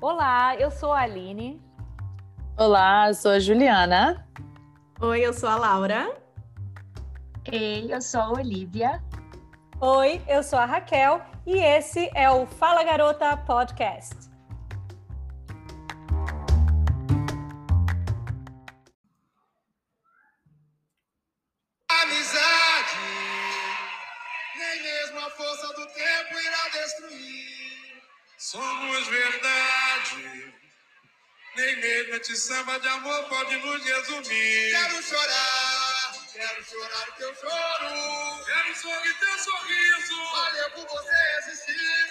Olá, eu sou a Aline. Olá, eu sou a Juliana. Oi, eu sou a Laura. Ei, eu sou a Olivia. Oi, eu sou a Raquel e esse é o Fala Garota Podcast. Amizade, nem mesmo a força do tempo irá destruir. Somos verdade, nem mesmo este samba de amor pode nos resumir. Quero chorar, quero chorar o teu choro. Quero sorrir teu sorriso. Valeu por você existir,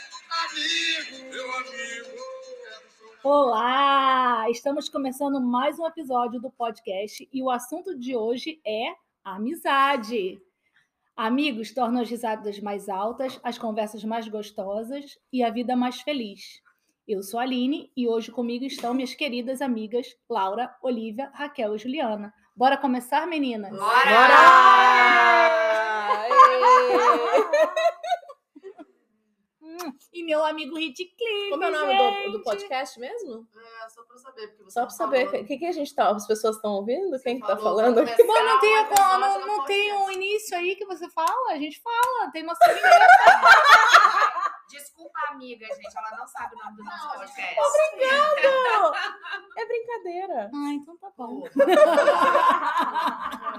amigo, meu amigo. Quero chorar. Olá! Estamos começando mais um episódio do podcast e o assunto de hoje é amizade. Amigos tornam as risadas mais altas, as conversas mais gostosas e a vida mais feliz. Eu sou a Aline e hoje comigo estão minhas queridas amigas Laura, Olivia, Raquel e Juliana. Bora começar, meninas? E meu amigo Hit Clip. Como é o nome do, do podcast mesmo? É, só pra saber. Porque você Só não pra saber falou. o que, que a gente tá. As pessoas estão ouvindo? Você Quem que tá falou pra falando? começar, Mas não tem, a- um é mas agora não, você não tem um pode início aí que você fala? A gente fala, tem nossa vinheta. Desculpa, amiga, gente, ela não sabe o nome do nosso podcast. É brincadeira. Ah, então tá bom.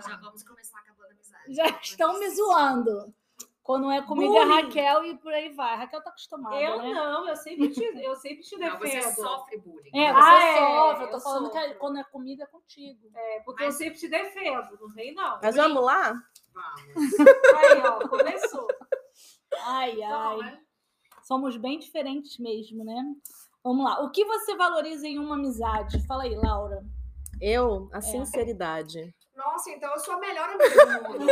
Já vamos começar acabando a amizade. Já estão me zoando. Quando é comigo é Raquel e por aí vai. A Raquel tá acostumada, Eu né? não, eu sempre te, eu sempre te Não, defendo. você sofre bullying. É, você Ah, é, sofre. Eu tô eu falando que sofro. quando é comigo é contigo. É, porque eu sempre te defendo, não vem não. Mas vamos lá? Vamos. Aí, ó, começou. Ai, ai. Somos bem diferentes mesmo, né? Vamos lá. O que você valoriza em uma amizade? Fala aí, Laura. Eu, a sinceridade. sinceridade. Nossa, então eu sou a melhor amiga do mundo.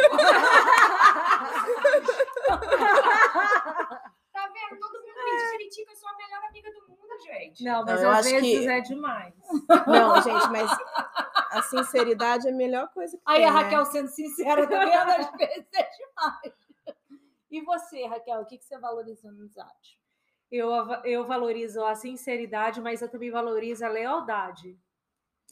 tá vendo? Todo mundo me direitinho que eu sou a melhor amiga do mundo, gente. Não, mas Não, eu às acho vezes que- é demais. Não, gente, mas a sinceridade é a melhor coisa que Aí tem, a né? Raquel sendo sincera também, às vezes é demais. E você, Raquel, o que que você valoriza em uma amizade? Eu, ava- eu valorizo a sinceridade, mas eu também valorizo a lealdade.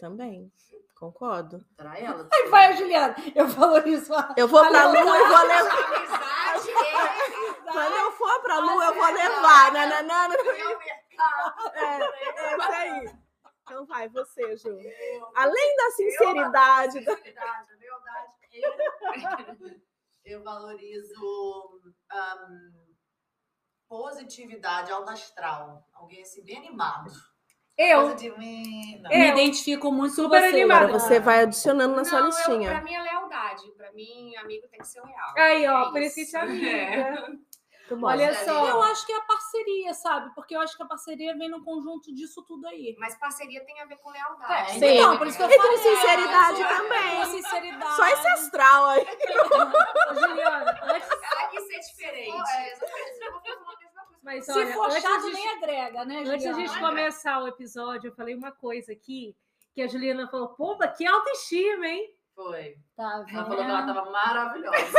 Também. Concordo. Pra ela. Aí vai a Juliana. Eu valorizo a Eu vou pra Valeu, lua e vou levar. Amizade é Quando eu for pra lua, eu vou levar. Nananana. meu mercado. É, é isso aí. Então vai, você, Ju. Além da sinceridade. da- Sinceridade, lealdade. Eu valorizo ahn, positividade, alto astral. Alguém assim, bem animado. Eu, Coisa de mim. não. Me eu. identifico muito com Super você. animada. Agora você vai adicionando na sua Não, eu, listinha. pra mim é lealdade. Pra mim, amigo tem que ser leal. Aí, ó, É por isso que te amiga. É. Muito bom. Olha Eu só. acho que é a parceria, sabe? Porque eu acho que a é parceria vem no conjunto disso tudo aí. Mas parceria tem a ver com lealdade. Sim. Então, por isso que eu E com falei, sinceridade mas- também. Com assim, sinceridade. Só esse astral aí. Ô, Juliana, antes- Ela quis ser diferente. É, mas Se olha, for antes chato, de- é, nem agrega, né, Antes da Juliana? gente começar o episódio, eu falei uma coisa aqui que a Juliana falou: pomba, que autoestima, hein? Foi. Tá Ela vendo? falou que ela tava maravilhosa.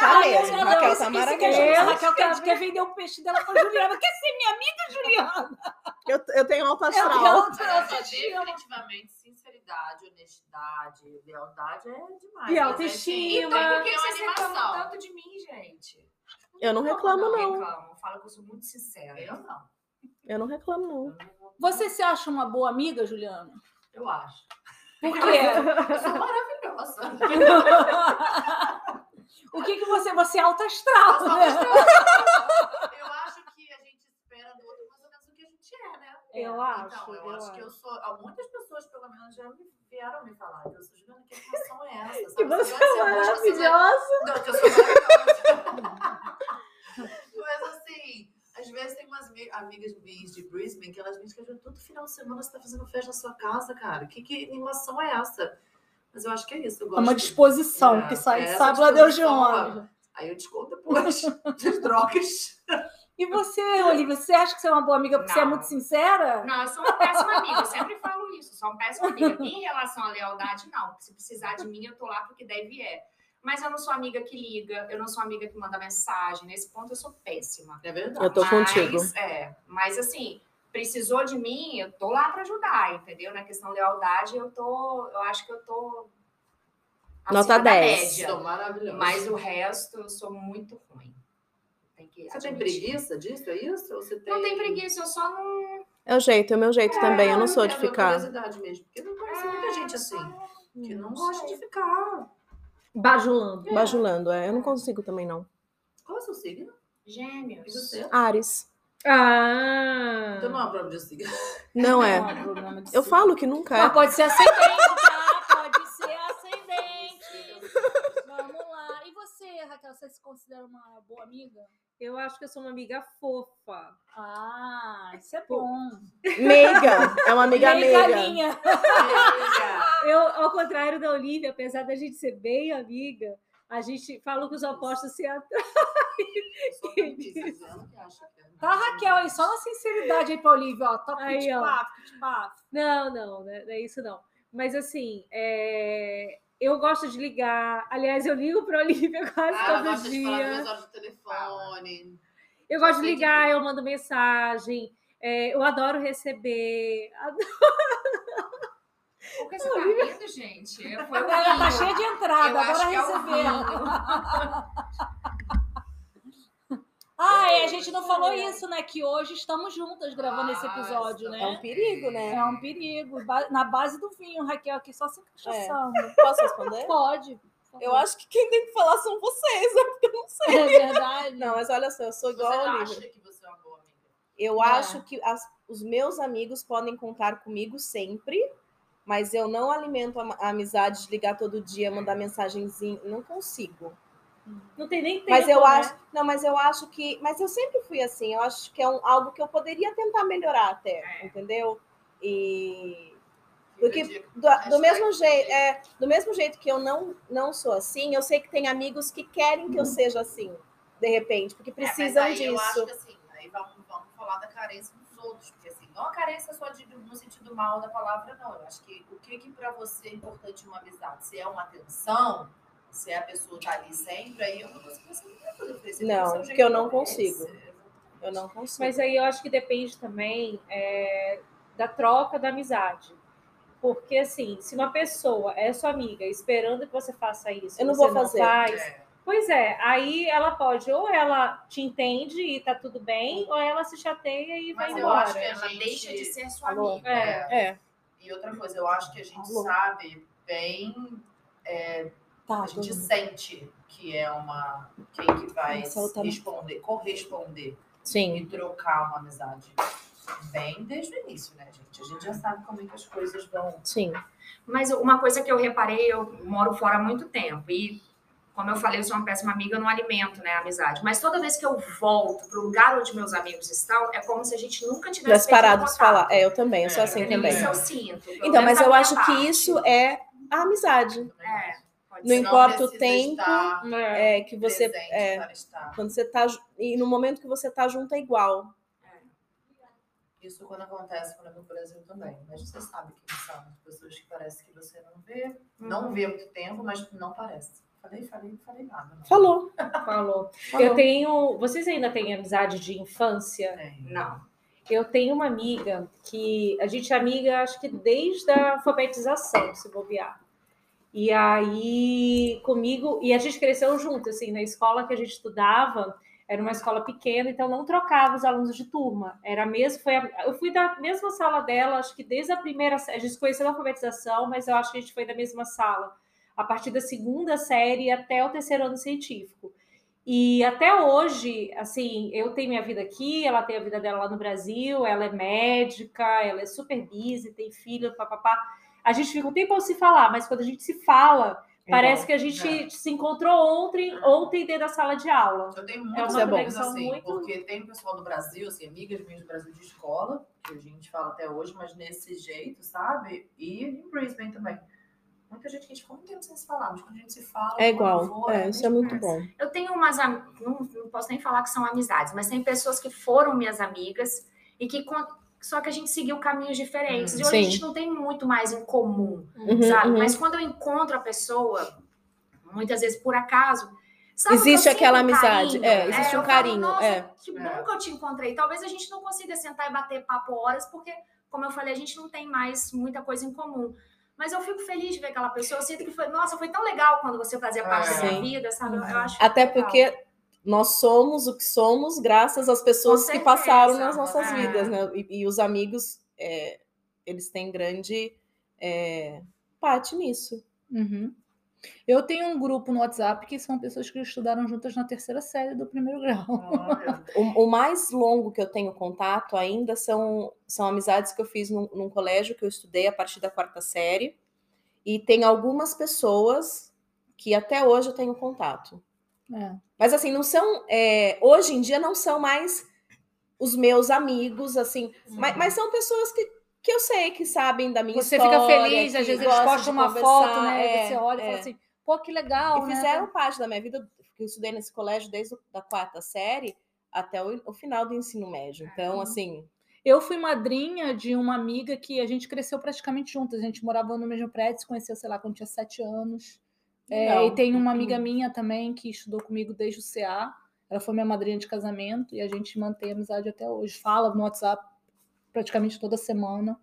Tá mesmo. Ela disse Raquel tá que isso que a maravilhosa. gente- maravilhosa. Raquel quer, quer vender o peixe dela pra Juliana. Quer ser minha amiga, Juliana? Eu, eu tenho alto Eu, astral. eu, tá Mas eu te amo. definitivamente, sinceridade, honestidade, lealdade é demais. E Mas é autoestima. assim, Então, por porque que é uma vocês reclamam animação. tanto de mim, gente? Eu não reclamo, Eu não. reclamo. Eu falo que eu sou muito sincera. Eu não. Eu não reclamo, não. Você se acha uma boa amiga, Juliana? Eu acho. Por quê? Eu sou maravilhosa. o que, que você. Você é alta Eu astral, sou né? maravilhosa. Eu acho que a gente espera do outro mais ou menos o que a gente é, né? Eu Então, acho. eu, acho que eu sou. ah, Muitas pessoas, pelo menos, já me vieram me falar. Eu sou Juliana, que relação é essa? Sabe? Que você vai é ser bom, você vai- maravilhosa. né? Não, que eu sou maravilhosa. Mas assim, às vezes tem umas mi- amigas minhas de Brisbane que elas me escrevem todo final de semana você tá fazendo festa na sua casa, cara. Que, que animação é essa? Mas eu acho que é isso. Eu É gosto. uma disposição, É, que sai, é essa sabe lá Deus de disposição, onde. Aí eu desconto depois das drogas. E você, Olivia, você acha que você é uma boa amiga porque você é Não. muito sincera? Não, eu sou uma péssima amiga. Eu sempre falo isso. Sou uma péssima amiga. Em relação à lealdade, não. Se precisar de mim, eu tô lá porque deve é. Mas eu não sou amiga que liga, eu não sou amiga que manda mensagem. Nesse ponto, eu sou péssima. É verdade. Eu tô mas, contigo. É, mas assim, precisou de mim, eu tô lá para ajudar, entendeu? Na questão lealdade, eu tô, eu acho que eu tô acima Nota da 10. média. São maravilhosos. Mas o resto eu sou muito ruim. Tem que Você tem admitir. preguiça disso? É isso? Ou você tem... Não tem preguiça, eu só não. É o jeito, é o meu jeito também. Eu não sou de entendo, é ficar. curiosidade mesmo. Porque eu não conheço muita gente assim. Que Hum, não Não gosta de ficar. Bajulando. Bajulando, é. Eu não consigo também, não. Qual é o seu signo? Ah. E Gêmeos. você? Ares. Ah! Então não é uma prova de signo. Não Não, é. é um problema de signo. Eu falo que nunca Mas é. pode ser ascendente, tá? Pode ser ascendente. Vamos lá. E você, Raquel, você se considera uma boa amiga? Eu acho que eu sou uma amiga fofa. Ah, isso é bom. Meiga. É uma amiga meiga. Galinha. Eu, ao contrário da Olivia, apesar da gente ser bem amiga, a gente falou que os opostos se atraem. Só tem Pisces, ela que acha que é. Tá, Raquel, aí, só na sinceridade aí pra Olivia, ó. Top Aí, aí, ó. papo, pit papo. Não, não, né, não é isso não. Mas assim, é, eu gosto de ligar. Aliás, eu ligo para Olivia quase Ah, ela todo gosta de falar dia. duas horas de telefone. Eu gosto de Sei de ligar, tudo. eu mando mensagem. é, eu adoro receber. Adoro- Por que você tá rindo, gente? Foi o Ela tá vinho. cheia de entrada, Eu acho bora que é o receber. vinho. Ah, é, a gente não falou isso, né? Que hoje estamos juntas gravando esse episódio, Ah, né? É um perigo, né? É um perigo. Ba- Na base do vinho, Raquel, aqui só se encaixaçando. Posso responder? Pode. É. Eu acho que quem tem que falar são vocês, né? Porque eu não sei. É verdade. Não, mas olha só, eu sou Você igual a não Olivia. acha que você é uma boa amiga? Eu É. acho que as- os meus amigos podem contar comigo sempre, mas eu não alimento a, ma- a amizade de ligar todo dia, mandar mensagenzinha, não consigo. Não tem nem tempo. mas eu né? acho, não, mas eu acho que, mas eu sempre fui assim. Eu acho que é um- algo que eu poderia tentar melhorar até, É. entendeu? E Do que- Fica de- do, do Hashtag mesmo fica jeito, de- é, do mesmo jeito que eu não não sou assim, eu sei que tem amigos que querem que eu seja assim, de repente, porque Uhum. É, mas precisam aí Eu acho disso. que assim, aí vamos, vamos falar da carência dos outros, porque assim, não a carência só de, no sentido mal da palavra, não. Eu acho que o que, que para você é importante em uma amizade? Se é uma atenção, se é a pessoa tá ali sempre, aí eu não consigo você não vai poder oferecer, Não, porque você é um porque jeito eu não que oferece. Eu não consigo. Mas aí eu acho que depende também é, da troca da amizade. Porque, assim, se uma pessoa é sua amiga esperando que você faça isso, Eu não você vou fazer. faz, É. pois é, aí ela pode, ou ela te entende e tá tudo bem, ou ela se chateia e vai Mas eu embora. acho que a Ela gente... deixa de ser sua Alô? amiga. É. É, E outra coisa, eu acho que a gente Alô? sabe bem, Tá, a gente Dona. sente que é uma... Quem que vai Nossa, eu tava- responder, corresponder. sim. e trocar uma amizade bem desde o início, né, gente? A gente já sabe como é que as coisas vão. Sim. Mas uma coisa que eu reparei, eu moro fora há muito tempo e, como eu falei, eu sou uma péssima amiga, eu não alimento né, a amizade. Mas toda vez que eu volto para o lugar onde meus amigos estão, é como se a gente nunca tivesse Nós perdido parados de contato. falar. É, eu também, eu sou É, assim Entendeu? também. Isso eu sinto. pelo Então, menos mas da eu minha acho que parte. isso é a amizade. É, pode Não ser. importa o né? precisa tempo, estar É. É que você. presente É, para estar. quando você tá. ju- E no momento que você tá junto é igual. Isso quando acontece quando é no Brasil também. Mas você sabe quem são as pessoas que parece que você não vê, não Uhum. vê há muito tempo, mas não parece. Falei, falei, não falei nada. não. Falou. Falou. falou. Eu tenho. Vocês ainda têm amizade de infância? É. Não. Eu tenho uma amiga que a gente é amiga, acho que desde a alfabetização, se bobear. E aí, comigo, e a gente cresceu junto, assim, na escola que a gente estudava, era uma escola pequena, então não trocava os alunos de turma. Era mesmo, foi a- eu fui da mesma sala dela, acho que desde a primeira, sé- a gente se conheceu na alfabetização, mas eu acho que a gente foi da mesma sala, a partir da segunda série até o terceiro ano científico. E até hoje, assim, eu tenho minha vida aqui, ela tem a vida dela lá no Brasil, ela é médica, ela é super busy, tem filho, papapá. A gente fica um tempo ao se falar, mas quando a gente se fala, parece que a gente se encontrou ontem, ontem dentro da sala de aula. Eu tenho muitos É uma amigos conexão assim, muito- porque tem pessoal do Brasil, assim, amigas minhas do Brasil de escola, que a gente fala até hoje, mas nesse jeito, sabe? E em Brisbane também. Muita gente que a gente ficou muito tempo sem se falar, mas quando a gente se fala, É quando igual. for, a né? É, isso é mesma muito coisa. bom. Eu tenho umas. am- Não, não posso nem falar que são amizades, mas tem pessoas que foram minhas amigas e que. con- Só que a gente seguiu caminhos diferentes. Hum, e hoje sim. a gente não tem muito mais em comum. Uhum, sabe? uhum. Mas quando eu encontro a pessoa, muitas vezes por acaso, Sabe, Existe eu sinto aquela um amizade, carinho. é, existe eu um falo, carinho, Nossa, é. que bom que eu te encontrei. Talvez a gente não consiga sentar e bater papo horas, porque, como eu falei, a gente não tem mais muita coisa em comum. Mas eu fico feliz de ver aquela pessoa. Eu sinto que foi, nossa, foi tão legal quando você fazia parte É. da minha Sim. Uhum. É, vida, sabe? Eu, eu acho Até é legal. porque nós somos o que somos graças às pessoas Com que certeza. passaram nas nossas É. vidas, né? E, e os amigos, é, eles têm grande é, parte nisso. Uhum. Eu tenho um grupo no WhatsApp que são pessoas que estudaram juntas na terceira série do primeiro grau. Olha, O, o mais longo que eu tenho contato ainda são, são amizades que eu fiz num, num colégio que eu estudei a partir da quarta série. E tem algumas pessoas que até hoje eu tenho contato. É. Mas assim, não são. é, hoje em dia não são mais os meus amigos, assim. Uhum. Mas, mas são pessoas que, que eu sei que sabem da minha Você história. fica feliz, que às vezes eles gostam de postam uma conversar, foto, né? é, você olha e é. fala assim, pô, que legal, E né? fizeram parte da minha vida, porque eu estudei nesse colégio desde a quarta série até o, o final do ensino médio. Então, assim, Eu fui madrinha de uma amiga que a gente cresceu praticamente juntas. A gente morava no mesmo prédio, se conheceu, sei lá, quando tinha sete anos. É, Legal. uhum. e tem uma amiga minha também que estudou comigo desde o CA. Ela foi minha madrinha de casamento e a gente mantém amizade até hoje. Fala no WhatsApp praticamente toda semana.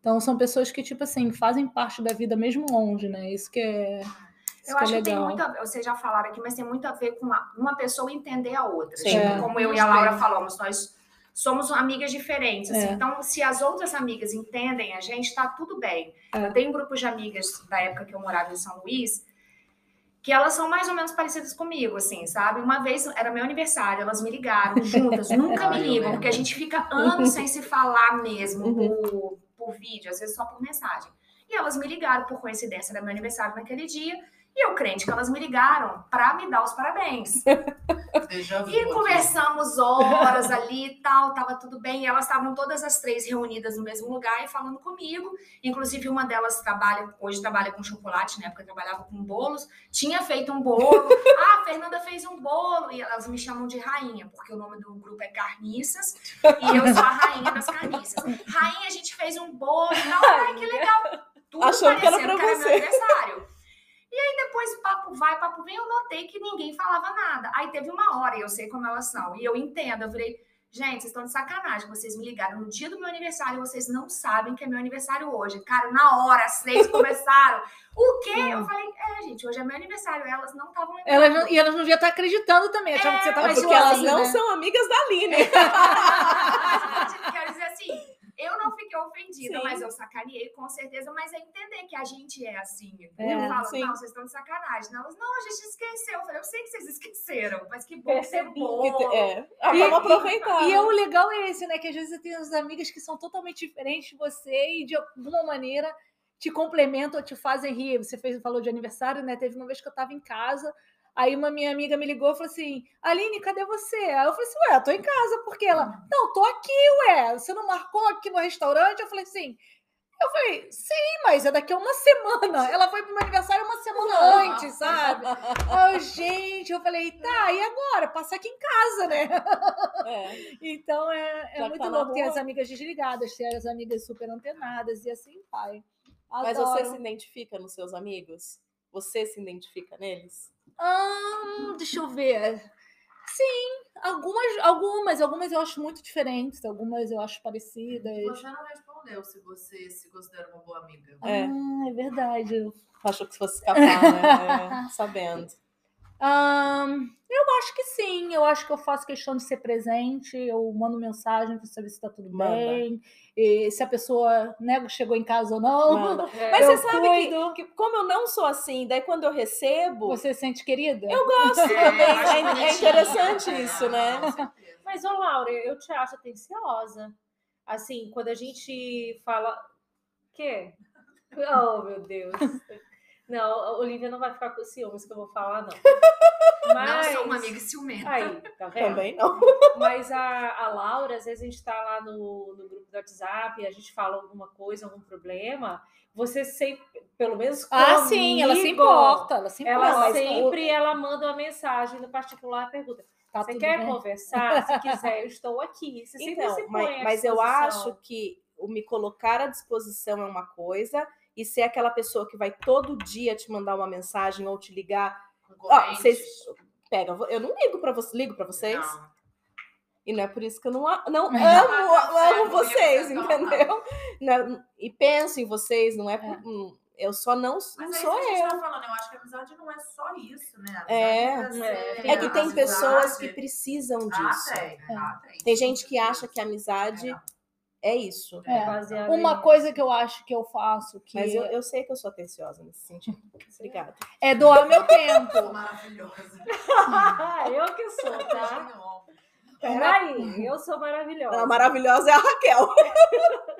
Então são pessoas que, tipo assim, fazem parte da vida mesmo longe, né? Isso que é. Ah, Isso Eu que acho é que tem legal. muito a ver, vocês já falaram aqui, mas tem muito a ver com uma, uma pessoa entender a outra. Sim. Tipo, É. como eu e a Laura falamos, nós somos amigas diferentes. assim, É. Então, se as outras amigas entendem a gente, tá tudo bem. É. Eu tenho um grupo de amigas da época que eu morava em São Luís, que elas são mais ou menos parecidas comigo, assim, sabe? Uma vez era meu aniversário, elas me ligaram juntas, nunca me Ah, eu ligam, lembro. porque a gente fica anos sem se falar mesmo Uhum. por, por vídeo, às vezes só por mensagem. E elas me ligaram por coincidência era meu aniversário naquele dia. E eu crente que elas me ligaram para me dar os parabéns. Déjà vu E aqui. conversamos horas ali e tal, tava tudo bem. E elas estavam todas as três reunidas no mesmo lugar e falando comigo. Inclusive, uma delas trabalha, hoje trabalha com chocolate, na época trabalhava com bolos, tinha feito um bolo. ah, a Fernanda fez um bolo. E elas me chamam de rainha, porque o nome do grupo é Carniças, e eu sou a rainha das carniças. Rainha, a gente fez um bolo e tal. Ai, que legal! Tudo Achando que era parecendo pra meu aniversário. Depois, papo vai, papo vem, eu notei que ninguém falava nada. Aí teve uma hora, e eu sei como elas são, e eu entendo, eu virei, gente, vocês estão de sacanagem, vocês me ligaram no dia do meu aniversário, vocês não sabem que é meu aniversário hoje. Cara, na hora, as três começaram. O quê? Eu falei, é, gente, hoje é meu aniversário, elas não estavam lembrando. Elas não- e elas não deviam estar acreditando também, achavam que você estava é mas porque eu elas assim, não né? são amigas da Aline. Mas, gente, Quero dizer assim, eu não fiquei ofendida, Sim. mas eu sacaneei com certeza, mas é entender que a gente é assim. É, eu falo, sim. não, vocês estão de sacanagem. Elas, não, a gente esqueceu. Eu falei, eu sei que vocês esqueceram, mas que bom que você é Percebi bom. Que te- É, ah, E- vamos aproveitar. E é o legal é esse, né? Que às vezes você tem as amigas que são totalmente diferentes de você e de alguma maneira te complementam, te fazem rir. Você fez, falou de aniversário, né? Teve uma vez que eu tava em casa, aí uma minha amiga me ligou e falou assim: Aline, cadê você? Aí eu falei assim: Ué, eu tô em casa, porque ela, não, tô aqui, ué. Você não marcou aqui no restaurante? Eu falei assim. Eu falei, sim, mas é daqui a uma semana. Ela foi pro meu aniversário uma semana antes, sabe? Ai, gente, eu falei, tá, e agora? Passar aqui em casa, né? É. Então é, é Já que muito tá na louco ter rua. as amigas desligadas, ter as amigas super antenadas e assim vai. Mas Adoro. você se identifica nos seus amigos? Você se identifica neles? Ahn, Ah, deixa eu ver. Sim, algumas, algumas, algumas eu acho muito diferentes, algumas eu acho parecidas. Você não respondeu se você se considera uma boa amiga. É. Ah, é verdade. Achou que fosse escapar, né? É, sabendo. Ahn, Ah, eu acho que sim, eu acho que eu faço questão de ser presente, eu mando mensagem para saber se tá tudo Manda. bem, e se a pessoa né, chegou em casa ou não. Manda. É. Mas Eu você sabe que, cuido. que como eu não sou assim, daí quando eu recebo, Você se sente querida? eu gosto É, também. eu acho É, é bonitinho. interessante isso, né? Com certeza. Mas, ô Laura, eu te acho atenciosa. Assim, quando a gente fala. Quê? Oh, meu Deus. Não, a Olivia não vai ficar com ciúmes que eu vou falar, não. Não Mas. sou uma amiga ciumenta. Aí, tá É. vendo? Também não. Mas a, a Laura, às vezes a gente está lá no, no grupo do WhatsApp e a gente fala alguma coisa, algum problema. Você sempre, pelo menos Ah, sim, ela se comigo, importa, ela se importa. Ela mas sempre ela manda uma mensagem no particular e pergunta: Tá Você tudo quer bem? conversar? Se quiser, eu estou aqui. Você sempre se Então, põe mas, à mas eu disposição. acho que o me colocar à disposição é uma coisa, e ser aquela pessoa que vai todo dia te mandar uma mensagem ou te ligar. Com Ó, correntes. vocês- pega. Eu não ligo pra vocês, ligo pra vocês. Não. E não é por isso que eu não, a- não amo, é tá certo, amo vocês, não, não. entendeu? Não- é, e penso em vocês, não é, por- hum, eu só não, não Mas é sou isso que a eu. gente tá falando, eu acho que a amizade não é só isso, né? A amizade É. precisa ser É que tem amizade. pessoas que precisam disso. é. É. Ah, tem. Ah, tem. Tem gente que acha que a amizade É. é isso. É. Baseado Uma em- coisa que eu acho que eu faço que né? Mas eu, eu sei que eu sou atenciosa nesse sentido. Obrigada. é doar meu Sou tempo. maravilhosa. Ah, eu que sou, tá? Daí, eu sou maravilhosa. Ah, A maravilhosa é a Raquel.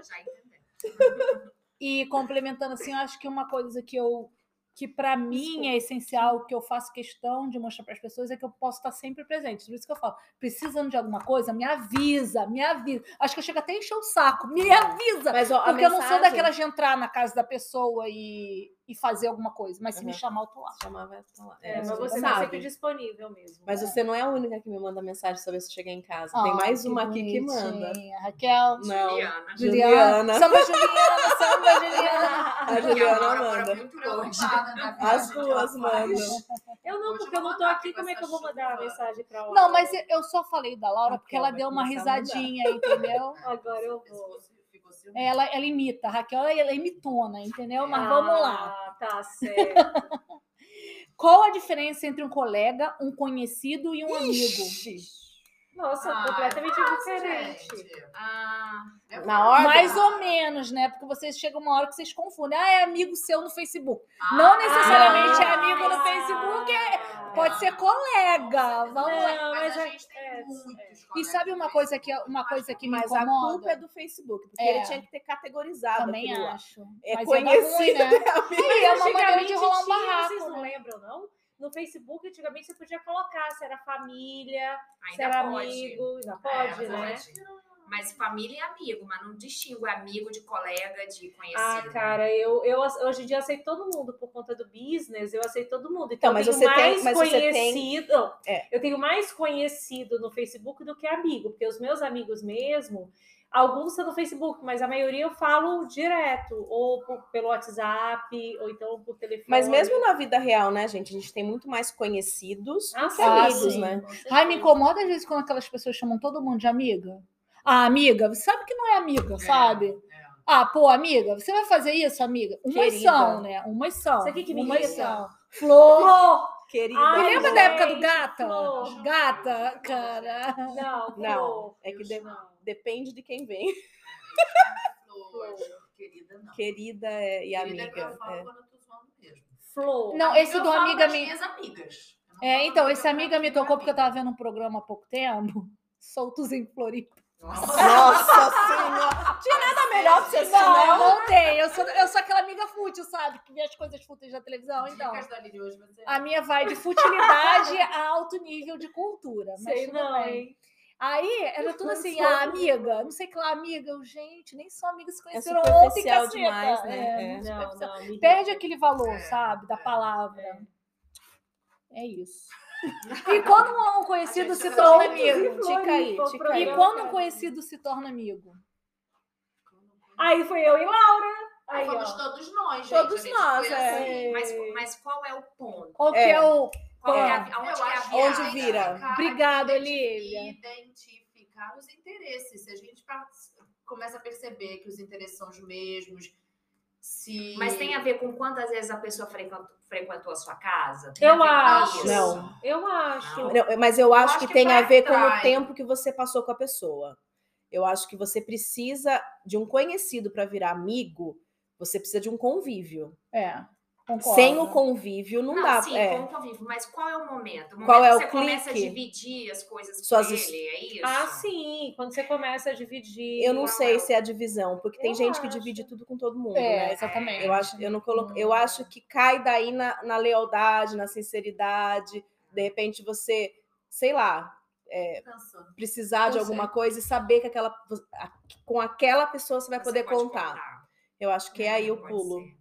Já entendi. E complementando assim, eu acho que uma coisa que eu que para mim é essencial, que eu faço questão de mostrar para as pessoas é que eu posso estar sempre presente. Por isso que eu falo, precisando de alguma coisa, me avisa, me avisa. Acho que eu chego até a encher o saco, me avisa. Mas, ó, a Porque eu não sou mensagem- daquelas de entrar na casa da pessoa e, e fazer alguma coisa, mas se me Uhum. chamar, eu tô lá. Chamava ela pra lá. É, mas você tá sabe. sempre disponível mesmo. Mas você não é a única que me manda mensagem sobre se eu chegar em casa. Tem mais uma aqui que manda. bonitinha. Raquel, Não. Juliana. Juliana. Juliana. Samba Juliana, samba Juliana. A E a Laura Juliana agora manda. muito preocupada na vida As que ela duas faz. mandam. Eu não, Hoje porque eu eu vou não tô mandar aqui, aqui como com é que eu essa vou mandar a chuva. mensagem pra Laura? Não, mas eu- eu só falei da Laura porque ela Raquel, deu vai uma começar a risadinha, entendeu? Agora eu vou. É, Ela, ela imita, a Raquel ela é imitona, entendeu? Mas Ah, vamos lá. Tá certo. Qual a diferença entre um colega, um conhecido e um amigo? Nossa, Ah, completamente é fácil, diferente. gente. Ah, é Na fácil. ordem? Mais ou menos, né? Porque vocês chegam uma hora que vocês confundem. Ah, é amigo seu no Facebook. Ah, Não necessariamente é Ah. amigo no Facebook, é- pode ser colega. Vamos lá. Não, mas, mas a é- gente tem é, muitos E colegas sabe uma no coisa que é, Facebook, uma eu coisa acho que me Mas a culpa é incomoda? do Facebook, porque É. ele tinha que ter categorizado. Também aquilo lá. acho. É Mas ruim, conhecido. né? E é uma maneira antigamente de rolar um tinha, vocês barraco. não né? lembram, não? No Facebook, antigamente, você podia colocar se era família, se Ainda era pode. amigo. Ainda É, pode, né? pode. Mas família é amigo, mas não distingo é amigo de colega, de conhecido. Ah, cara, eu, eu ace- hoje em dia aceito todo mundo por conta do business, eu aceito todo mundo. Então, Então, mas eu tenho você tem- mais mas você tem- conhecido. É. Eu tenho mais conhecido no Facebook do que amigo, porque os meus amigos mesmo, alguns são no Facebook, mas a maioria eu falo direto, ou por- pelo WhatsApp, ou então por telefone. Mas mesmo na vida real, né, gente? A gente tem muito mais conhecidos Ah, que sim. amigos, sim. né? Ai, me incomoda às vezes quando aquelas pessoas chamam todo mundo de amiga. Ah, amiga, você sabe que não é amiga, sabe? Ah, pô, amiga, você vai fazer isso, amiga? Umas Querida. são, né? Umas são. Sabe o que que me Umas irrita? são. Flor. Flor! Ah, Querida. Ai, Me lembra da época do gente, gata? Flor. Gata, cara. Não, Não, não. é que de- não. depende de quem vem. Flor, Querida, não. Querida é- e Querida é que eu amiga. falo é. quando eu tô zoando mesmo. Flor. Não, esse eu do falo amiga pras me. minhas amigas. Eu não É, falo então, pra esse minha amiga me amiga. tocou porque eu tava vendo um programa há pouco tempo. Soltos em Floripa. Nossa senhora! Tinha nada melhor pra você Não, eu assinar. não tenho. Eu sou, eu sou aquela amiga fútil, sabe? Que vê as coisas fúteis da televisão, então. Dicas da Lili hoje é- vai ser- A minha vai de futilidade a alto nível de cultura. Mas Sei tudo não, bem. hein? Aí era tudo assim, sou. ah, amiga, não sei o que lá, amiga, eu, gente, nem só amigas se É conheceram ontem, superficial caceta. demais, É, né? É. Não, não, me Perde irrita. aquele valor, É, sabe, da é, palavra. É, isso. E quando um conhecido gente se vai torna ter que amigo? Dica aí, Floripa, dica aí. E programa, quando um cara. conhecido se torna amigo? Aí foi eu e Laura. Aí, Fomos ó. todos nós, gente. Todos A gente nós, foi é. Sim, Mas, mas qual é o ponto? Qual que É. é o... Qual é a, aonde Eu que é a acho que viagem? Onde vira? identificar- Obrigada, identi- Olivia. Identificar os interesses. Se a gente parte- começa a perceber que os interesses são os mesmos, se... Mas tem a ver com quantas vezes a pessoa frequentou, frequentou a sua casa? Tem Eu a ver com acho. isso? Não. Eu acho. Não. Não, mas eu acho, acho que, que tem a pra ver com o trás. tempo que você passou com a pessoa. Eu acho que você precisa de um conhecido para virar amigo, você precisa de um convívio. É, concordo. Sem o convívio não, Não, dá. Ah, sim, é. como convívio, mas qual é o momento? Qual é o momento que você começa a clique? dividir as coisas com Suas ele, his- é isso? Ah, sim. Quando você começa a dividir. Eu não Não, sei eu- se é a divisão, porque tem Eu gente que acho. divide tudo com todo mundo, É, né? exatamente. Eu acho, eu não coloco, eu acho que cai daí na, na lealdade, na sinceridade. De repente você, sei lá, é, Cansando. precisar de Eu alguma coisa e saber que aquela, vo- a- com aquela pessoa você vai Você poder pode né? contar. Eu acho que é aí o Pode pulo. ser.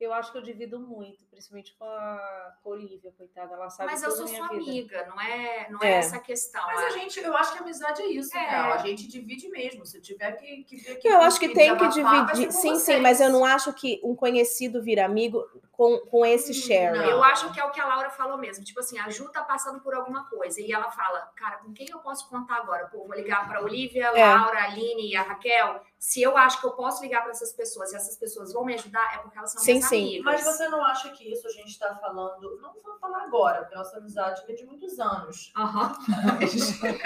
Eu acho que eu divido muito, principalmente com a com a Olivia, coitada. Ela sabe Mas eu sou toda a minha sua vida. amiga, não é, não é, É. essa a questão. Mas a gente, eu acho que a amizade é isso, É. Carol. A gente divide mesmo. Se tiver que, que ver Eu acho que tem que desabafar, vai ser dividir. com Sim, sim, vocês. mas eu não acho que um conhecido vira amigo com, com esse share. não. Hum, Eu acho que é o que a Laura falou mesmo. Tipo assim, a Ju tá passando por alguma coisa. E ela fala, cara, com quem eu posso contar agora? Pô, vou ligar pra Olivia, É. Laura, Aline e a Raquel. Se eu acho que eu posso ligar pra essas pessoas e essas pessoas vão me ajudar, é porque elas são Sim, minhas sim. amigas. Mas você não acha que isso a gente está falando? Não vou falar agora, porque nossa amizade vem de muitos anos. Aham.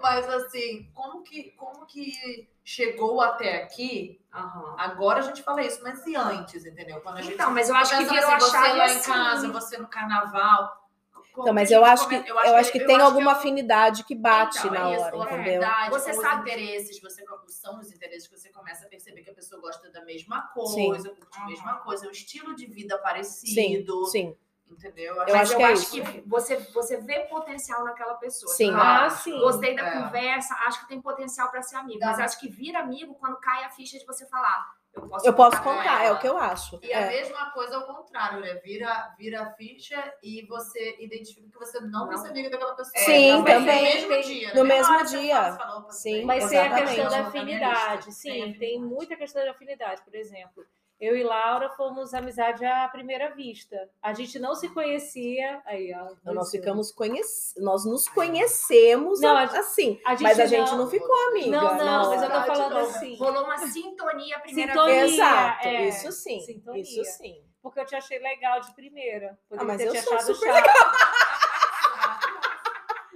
Mas assim, como que, como que chegou até aqui? aham. Agora a gente fala isso, mas e antes, entendeu? Quando a gente Então, mas eu acho que Pensando virou um assim, a chave você lá em assim. casa, você no carnaval. Como Então, mas que a eu gente acho que come- eu acho que tem acho alguma é- afinidade que bate Então, na é isso, hora, uma entendeu? afinidade, Você com os sabe- interesses, você com- são os interesses que você começa a perceber que a pessoa gosta da mesma coisa, curte Uhum. a mesma coisa, é um estilo de vida Sim, parecido, sim. entendeu? Eu Mas acho eu que é acho isso. que você, você vê potencial naquela pessoa. Sim. Você fala, Ah, sim. Gostei da É. conversa, acho que tem potencial pra ser amigo. Dá. Mas acho que vira amigo quando cai a ficha de você falar. Eu posso, Eu posso com contar, é ela. o que eu acho. E a É. mesma coisa ao contrário, né? Vira, vira a ficha e você identifica que você não vai ser amiga daquela pessoa. Sim, Não vai ser também. No mesmo dia. No na mesma mesmo hora você dia. fala, você fala, opa, Sim, Mas tem a questão da Exatamente. afinidade, sim, é tem, afinidade. muita questão de afinidade, por exemplo. Eu e Laura fomos amizade à primeira vista. A gente não se conhecia. Aí, ó, Então, nós apareceu. ficamos conhe... nós nos conhecemos Não, a gente- assim, A gente mas a gente não, não, ficou amiga. Não, não, nossa. mas eu tô Verdade, falando não. assim. Rolou uma sintonia à primeira Sintonia. vez. Exato, é, isso sim, sintonia. isso sim. Porque eu te achei legal de primeira. Poderia Ah, mas ter eu te sou achado super chato.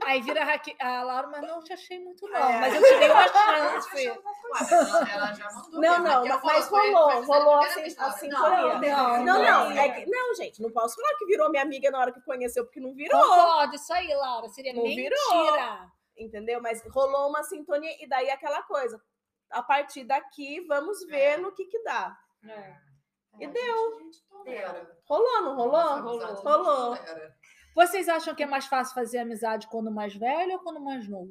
Aí vira a, Raque... a Laura, mas não te achei muito, não. É. Mas eu te dei uma chance. Ela- Ela já mandou. Não, mesmo, não, aqui é mas, eu falo, mas foi- rolou, foi- foi a rolou né? primeira assim, vez, a Laura. sintonia. Não, Não, não. não, é que- não, gente, não posso falar que virou minha amiga na hora que conheceu, porque não virou. Concordo, isso aí, Laura. Seria Não mentira. entendeu? Mas rolou uma sintonia e daí aquela coisa. A partir daqui, vamos ver no que que dá. É. E Não, deu. gente, a gente tolera. Rolou, não Nossa, rolou? amizade, a gente Rolou. tolera. Vocês acham que é mais fácil fazer amizade quando mais velho ou quando mais novo?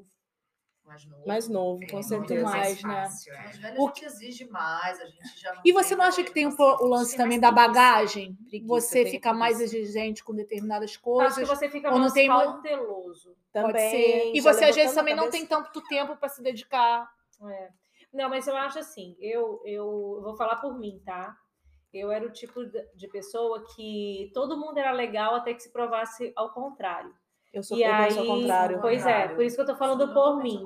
Mas não. Mais novo, É, com muito certeza. mais, né? fácil, é. Mas, velho, a gente exige mais, a gente já E você não acha que tem o, po- o lance Tem também da mais preguiça. bagagem? Preguiça, você tem fica mais preguiça. exigente com determinadas Acho que coisas? você fica Ou não mais tem mu- cauteloso. Pode Também. ser. E já você às vezes levantando a também não tem cabeça. tanto tempo para se dedicar. É. Não, mas eu acho assim, eu, eu eu vou falar por mim, tá? Eu era o tipo de de pessoa que todo mundo era legal até que se provasse ao contrário. Eu sou, E eu penso ao aí- contrário. Pois é, por isso que eu tô falando por mim.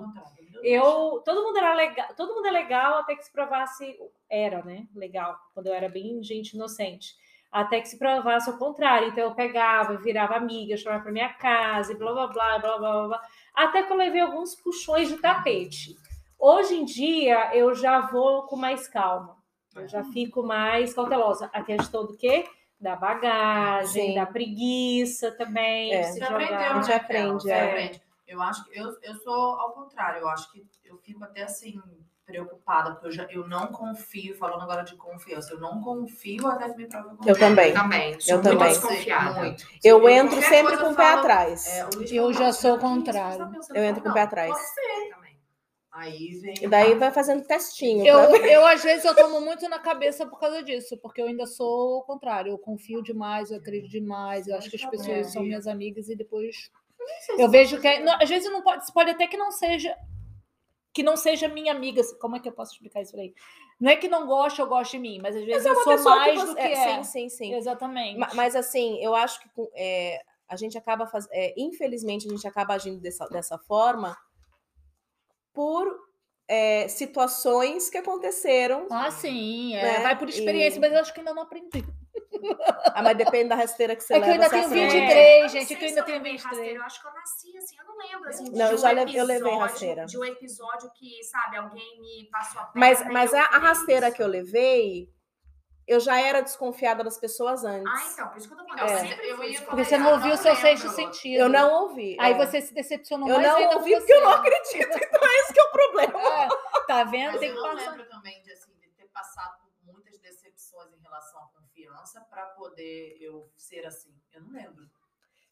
Eu, todo mundo era legal, todo mundo é legal até que se provasse, era, né? Legal, quando eu era bem gente inocente. Até que se provasse o contrário. Então eu pegava, eu virava amiga, eu chamava pra minha casa, e blá blá blá, blá blá blá, blá. Até que eu levei alguns puxões de tapete. Hoje em dia eu já vou com mais calma. Eu já fico mais cautelosa. é A questão do quê? Da bagagem, Sim. da preguiça também. É. de se Você jogar. aprendeu, A gente né, aprende, Carol? Você é. aprende. Eu acho que eu, eu sou ao contrário, eu acho que eu fico até assim preocupada, porque eu, já, eu não confio, falando agora de confiança, eu não confio até que me prova o Eu contrário. também. Também, sou Eu muito também. desconfiada. Muito. Eu Qualquer entro sempre coisa com eu o pé falo, atrás. É, o Luiz Eu fala, já sou o "Gente, você contrário. tá pensando?" Eu entro com o Não, pé atrás. pode ser. Também. Aí vem. E daí vai fazendo testinho. Eu, tá? eu, às vezes, eu tomo muito na cabeça por causa disso, porque eu ainda sou o contrário. Eu confio demais, eu acredito demais, eu acho que as pessoas são minhas amigas e depois. Eu vejo que. é, não, às vezes não pode, pode até que não seja. Que não seja minha amiga. assim, Como é que eu posso explicar isso aí? Não é que não goste ou goste de mim, mas às vezes é eu uma sou pessoa mais do você- que é, é. Sim, sim, sim. Exatamente. Ma- Mas assim, eu acho que com- é, a gente acaba faz... é, infelizmente a gente acaba agindo dessa, dessa forma por é, situações que aconteceram. Ah, sim, é. Né? vai por experiência, E- mas eu acho que ainda não aprendi. Ah, mas depende da rasteira que você É que eu leva. assim, ainda você tenho acerta. 23, Não gente, sei que eu se ainda tenho levei 23. rasteira, Eu acho que eu nasci assim, eu não lembro. Assim, Não, eu de já um leve- eu levei episódio- rasteira. De um episódio que, sabe, alguém me passou a perna. Mas, e mas eu a, a falei rasteira isso. que eu levei, eu já era desconfiada das pessoas Ah, antes. então, por isso que eu tô falando. Não, Eu É. sempre eu fui ia desconfiada, Porque você eu ah, não ouviu o seu lembro. sexto sentido. Eu não ouvi. Aí é. você se decepcionou Eu mais não ainda ouvi com porque eu você. não acredito. Então é esse que é o problema. É, tá vendo? Mas Tem eu que não passar. lembro né, também de, assim, de ter passado por muitas decepções em relação à confiança para poder eu ser assim. Eu não lembro.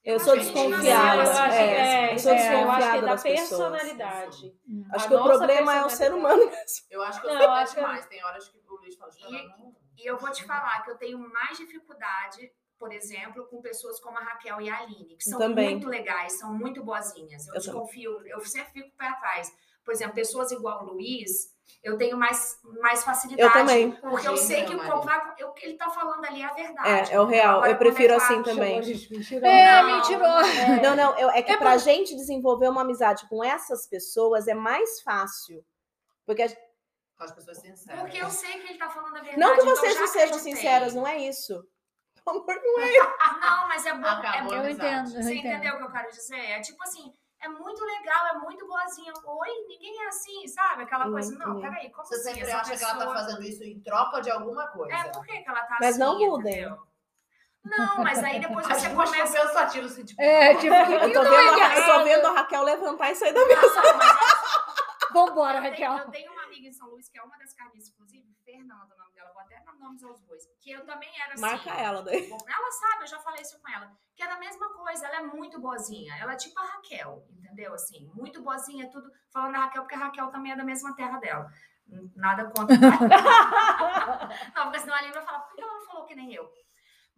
Eu acho sou que a gente nasceu desconfiada. Eu acho, assim, é, é, eu sou é, eu acho que é desconfiada da das pessoas. personalidade. Acho A que o nossa problema é o ser humano. personalidade. Eu acho que eu Não, sou acho que eu- demais. Tem horas que o Luiz fala, "Gente, ela não. E eu vou te falar que eu tenho mais dificuldade, por exemplo, com pessoas como a Raquel e a Aline, que são Também. muito legais, são muito boazinhas. Eu, Eu também. desconfio, eu sempre fico para trás. Por exemplo, pessoas igual o Luiz, eu tenho mais, mais facilidade. Eu também. Porque eu Imagina, sei que o Tá Maria. contrato, eu- ele tá falando ali a verdade. É, é o real. Agora, Eu prefiro quando é assim claro, também. Chamou a gente mentirosa. É, Não. mentiroso. Não, não, eu- é que pra gente desenvolver uma amizade com essas pessoas é mais fácil. Porque a- Com as pessoas sinceras. Porque eu sei que ele tá falando a verdade. É, não que então vocês já não sejam acreditei. sinceras, não é isso. Pelo amor de Deus. Não, mas é bom. é Acabou bom a Eu entendo, eu Uhum, Você entendo. entendeu o que eu quero dizer? É tipo assim, é muito legal, é muito boazinha. Oi, ninguém é assim, sabe? Aquela Uhum, coisa, não, uhum. peraí, como Você assim? sempre essa acha que ela tá pessoa- fazendo isso em troca de alguma coisa. É, por que, que ela tá Mas assim? não mudem. entendeu? Não, mas aí depois As você duas começa. ficam pensativas, assim, tipo, É, tipo, Eu tô, vendo a, eu tô vendo a Raquel levantar e sair da mesa. vambora, Eu tenho, Raquel. eu tenho uma amiga em São Luís que é uma das carnes, inclusive, Fernanda, o nome dela, vou até dar nomes aos dois, que eu também era assim. Marca ela daí. Bom, Ela sabe, eu já falei isso com ela, que era a mesma coisa, ela é muito boazinha. Ela é tipo a Raquel, entendeu? Assim, muito boazinha, tudo falando da Raquel, porque a Raquel também é da mesma terra dela. Hum, Nada contra. não, porque senão a Aline vai falar, por que ela não falou que nem eu?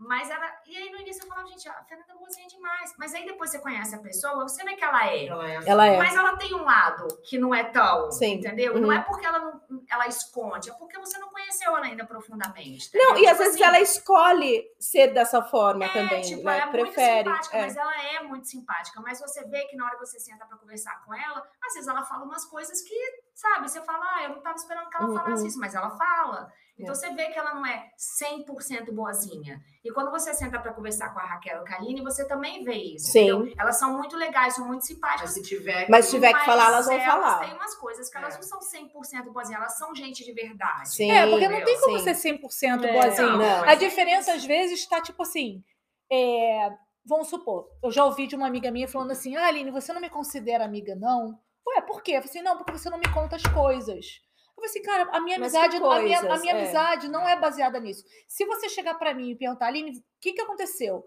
Mas era. E aí no início eu falava, gente, a Fernanda é boazinha demais. Mas aí depois você conhece a pessoa, você vê que ela é. ela é assim. Ela é. Mas ela tem um lado que não é tão, Sim. entendeu? Não Uhum. é porque ela, não, ela esconde, é porque você não conheceu ela ainda profundamente. Não, entendeu? e às Tipo vezes assim, ela escolhe ser dessa forma também, tipo, né? ela é Prefere. muito simpática, é. mas ela é muito simpática. Mas você vê que na hora que você senta pra conversar com ela, às vezes ela fala umas coisas que, sabe, você fala, ah, eu não tava esperando que ela Uhum, falasse uhum. isso, mas ela fala. Então você vê que ela não é 100% boazinha. E quando você senta pra conversar com a Raquel e com a Aline, você também vê isso. Sim. entendeu? Elas são muito legais, são muito Mas simpáticas. se tiver. Mas se tiver que mas falar, elas vão falar. Tem umas coisas que elas É. não são 100% boazinha, elas são gente de verdade. Sim. É, porque não Sim, tem como sim. ser 100% É. boazinho. Não. A diferença, às vezes, está tipo assim. é, vamos supor, eu já ouvi de uma amiga minha falando assim: ah, Aline, você não me considera amiga, não? Ué, por quê? Eu falei assim, não, porque você não me conta as coisas. Eu falei assim, cara, a minha Mas amizade, que a minha, a coisas, minha é. amizade não é baseada nisso. Se você chegar pra mim e perguntar, Aline, o que, que aconteceu?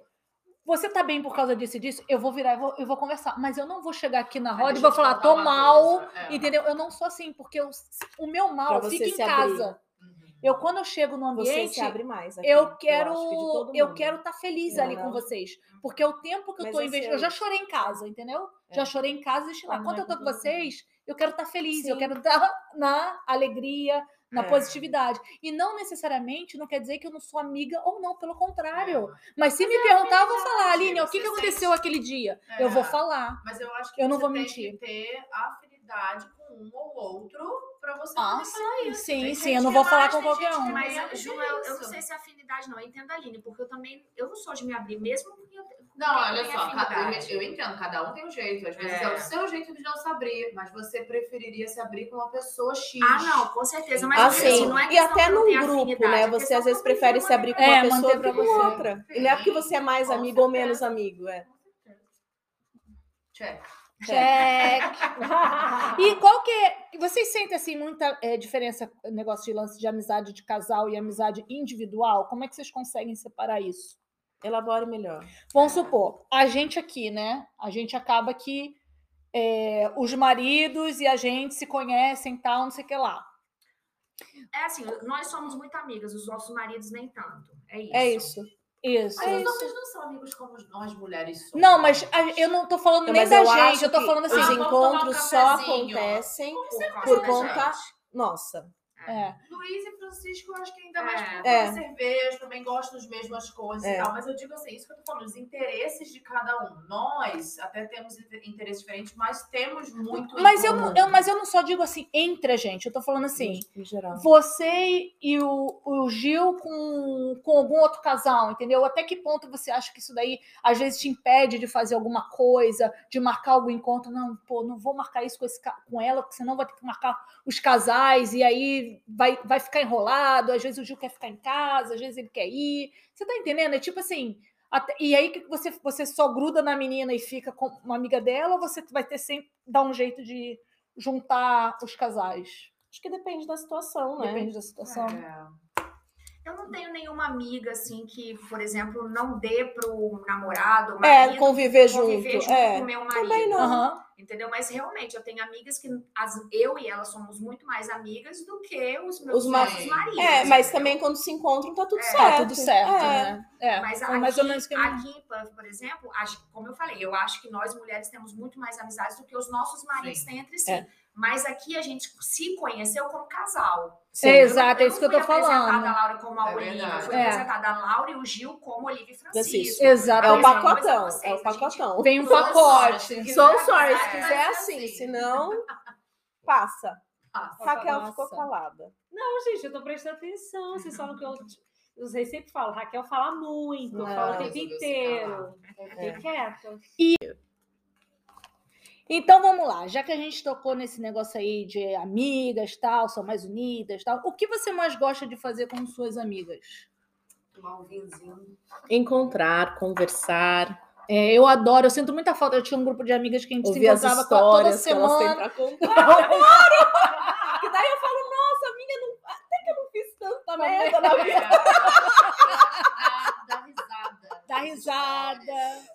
Você tá bem por causa disso e disso? Eu vou virar, eu vou, eu vou conversar. Mas eu não vou chegar aqui na roda e vou falar, tô mal. é. Entendeu? Eu não sou assim, porque eu- o meu né? Pra mal você fica em se abrir. Uhum. casa. Eu, quando eu chego no Você é. ambiente, se abre mais. aqui, eu quero Tá acho que de eu, todo mundo. quero estar feliz Não, ali com não. vocês. Porque é o tempo que eu Mas tô é investindo. seu Eu já isso. chorei em casa, entendeu? É. Já chorei em casa e deixei lá. Mas não Quando é eu tô com com todo vocês, eu quero estar feliz, eu Sim. quero estar na alegria, na É. positividade. E não necessariamente não quer dizer que eu não sou amiga ou não, pelo contrário. Mas se me perguntar, eu vou falar, verdade, Aline, o que, que você aconteceu sente- aquele dia? É. Eu vou falar. Mas eu acho que Eu não você vou tem mentir. que ter afinidade com um ou outro pra você Ah, poder falar isso. sim, Tem sim, gente eu não que vou é falar mais, com tem gente qualquer que é um. Mas, menos, Ju, é eu, eu não isso. sei se é afinidade, não. Eu entendo a Aline, porque eu também. Eu não sou de me abrir mesmo. porque eu- Não, olha tem só, ca- afinidade. eu entendo, cada um tem um jeito. Às vezes é. É. o seu jeito de não se abrir, mas você preferiria se abrir com uma pessoa X. Ah, não, com certeza. Mas Ah, assim, sim. não é e questão até que eu não num tenha grupo, afinidade, né? é Você questão às que eu vezes prefiro prefere se abrir com É, uma manter pessoa pra que com você. outra. E não é porque você é mais Com amigo ou certeza. menos amigo, é. Check. Check. E qual que é. Vocês sentem assim muita eh, diferença negócio de lance de amizade de casal e amizade individual? Como é que vocês conseguem separar isso? Elabore melhor. Vamos supor, a gente aqui, né? A gente acaba que eh, os maridos e a gente se conhecem, tal, não sei o que lá. É assim, nós somos muito amigas, os nossos maridos nem tanto. É isso. É isso. Isso. Mas os homens não são amigos como nós mulheres somos. Não, mas a- eu não tô falando nem Então, Mas da eu gente, acho eu tô que falando assim. os Ah, vamos tomar um encontros só cafezinho. acontecem. causa por da conta- gente. Nossa, é. Luiz e Francisco, eu acho que ainda mais É. por É. é. cerveja, também gostam das mesmas coisas É. e tal. Mas eu digo assim, isso que eu tô falando, os interesses de cada um. Nós até temos inter- interesses diferentes, mas temos muito. em Mas eu, não, comum. eu- mas eu não só digo assim entre a gente, eu tô falando assim. em geral. você e o, o Gil com, com algum outro casal, entendeu? Até que ponto você acha que isso daí às vezes te impede de fazer alguma coisa, de marcar algum encontro? Não, pô, não vou marcar isso com, esse, ca- com ela, porque senão vai ter que marcar os casais e aí vai, vai ficar enrolado. Às vezes o Gil quer ficar em casa, às vezes ele quer ir. Você tá entendendo? É tipo assim. até- e aí que você, você só gruda na menina e fica com uma amiga dela, ou você vai ter sempre dar um jeito de juntar os casais? Acho que depende da situação, né? Depende da situação. É. Eu não tenho nenhuma amiga, assim, que, por exemplo, não dê pro namorado, É, marido, conviver junto. conviver junto é. com o meu marido. Também não. Aham. Entendeu? Mas realmente, eu tenho amigas que as, eu e elas somos muito mais amigas do que os meus Os ma- próprios maridos. É, mas entendeu? também quando se encontram tá tudo certo. Tá tudo certo, É. né? É, Mas foi aqui, mais ou menos que eu... aqui em Puff, por exemplo, acho, que- como eu falei, eu acho que nós mulheres temos muito mais amizades do que os nossos maridos têm entre si. É. Mas aqui a gente se conheceu como casal. Sim. Eu não- Exato, é isso que eu fui tô falando. apresentada a Laura como a É Olivia, verdade. foi É. apresentada a Laura e o Gil como Olivia e Francisco. Francisco. Exato. É o Mas uma coisa pacotão, vocês, é o a gente- pacotão. Vem um Sou pacote. sorry. Sou sorry, se É, quiser mas assim, assim. senão passa. Ah, Raquel Nossa. ficou calada. Não, gente, eu tô prestando atenção. Vocês falam que eu. Vocês sempre falam, Raquel fala muito, Não, fala o tempo resolveu se inteiro. Fiquei quieta. Então vamos lá, já que a gente tocou nesse negócio aí de amigas, tal, são mais unidas, tal, o que você mais gosta de fazer com suas amigas? Tomar um vinhozinho. Encontrar, conversar, É, eu adoro, eu sinto muita falta. Eu tinha um grupo de amigas que a gente se ouvir as encontrava com- toda histórias que elas têm semana. pra contar. Que daí eu falo, nossa, minha não... até que eu não fiz tanta merda na vida. Dá risada. Dá risada.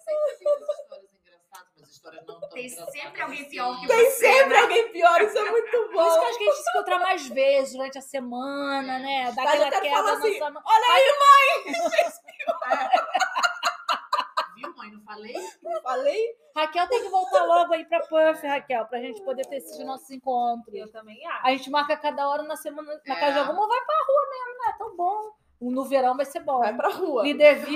Sempre tem umas histórias engraçadas, mas histórias não tão Tem engraçadas sempre alguém assim. pior que Tem você. sempre alguém pior, isso é muito Por isso que bom. eu acho que a gente se encontra mais vezes durante a semana, né? Dá Mas eu aquela quero quebra falar na assim, semana. Olha aí, Viu, mãe? Não falei? eu falei. Raquel tem que voltar logo aí pra Puff, Raquel, pra gente poder ter esses nossos encontros. Eu também acho. A gente marca cada hora na semana, na É. casa de alguma, vai pra rua mesmo, né? Tão bom. No verão vai ser bom. Vai pra rua. Liderville,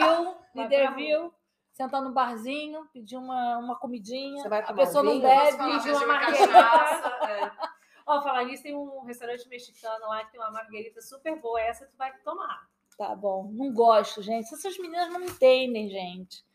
Vai Liderville, sentar no barzinho, pedir uma, uma comidinha. Você vai a tomar um pessoa não vinho? bebe, falar, de uma beijou a margarita. Ó, falar nisso, tem um restaurante mexicano lá que tem uma margarita super boa. Essa tu vai tomar. Tá bom, não gosto, gente. Essas meninas não entendem, gente.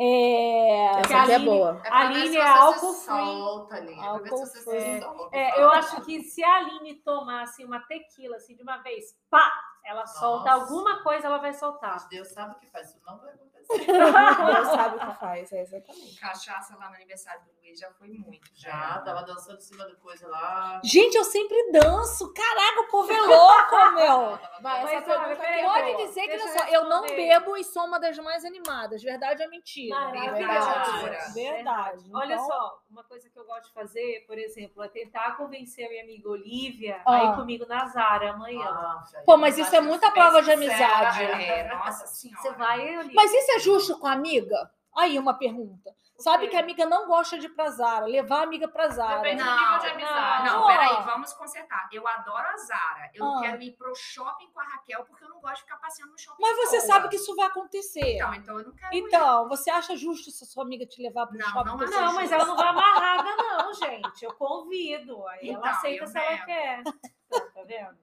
É... Que Essa a aqui é Aline- boa. pra ver Aline se é você se álcool free. solta, Aline. É pra ver se Álcool você se free. solta. É, eu acho que se a Aline tomar assim, uma tequila assim, de uma vez, pá, ela solta Nossa. alguma coisa, ela vai soltar. Deus sabe o que faz, isso não vai acontecer. Deus sabe o que faz, é exatamente. Cachaça lá no aniversário do Luiz já foi muito. Já, tava dançando em cima do coisa lá. Gente, eu sempre danço. Caraca, o povo é louco, meu. Vai, Mas, essa olha, pergunta aqui peraí, é Pode boa. dizer que Deixa eu, eu sou- eu não responder. bebo e sou uma das mais animadas. Verdade ou mentira? Maravilhosa. Verdade. Verdade. Olha Então, só, uma coisa que eu gosto de fazer, por exemplo, é tentar convencer a minha amiga Olivia Ah. a ir comigo na Zara amanhã. Ah, filha, Pô, mas isso é bastante muita né? bem prova de sincera, amizade. É, nossa senhora. Você vai, Olivia? Mas isso é justo com a amiga? Aí, uma pergunta. Sabe quê? que a amiga não gosta de ir pra Zara. Levar a amiga pra Zara. Depende. Não, nível de não, amizade. não, Ó. peraí, vamos consertar. Eu adoro a Zara. Eu Ah. quero ir pro shopping com a Raquel porque eu não gosto de ficar passeando no shopping. Mas você só. sabe que isso vai acontecer. Então, então eu não quero. ir. Então, você acha justo se a sua amiga te levar pro Não, shopping? não com acho você? Não, mas ela não vai amarrada, não, gente. Eu convido. Aí ela Então, aceita eu se ela mesmo. quer. Então, tá vendo?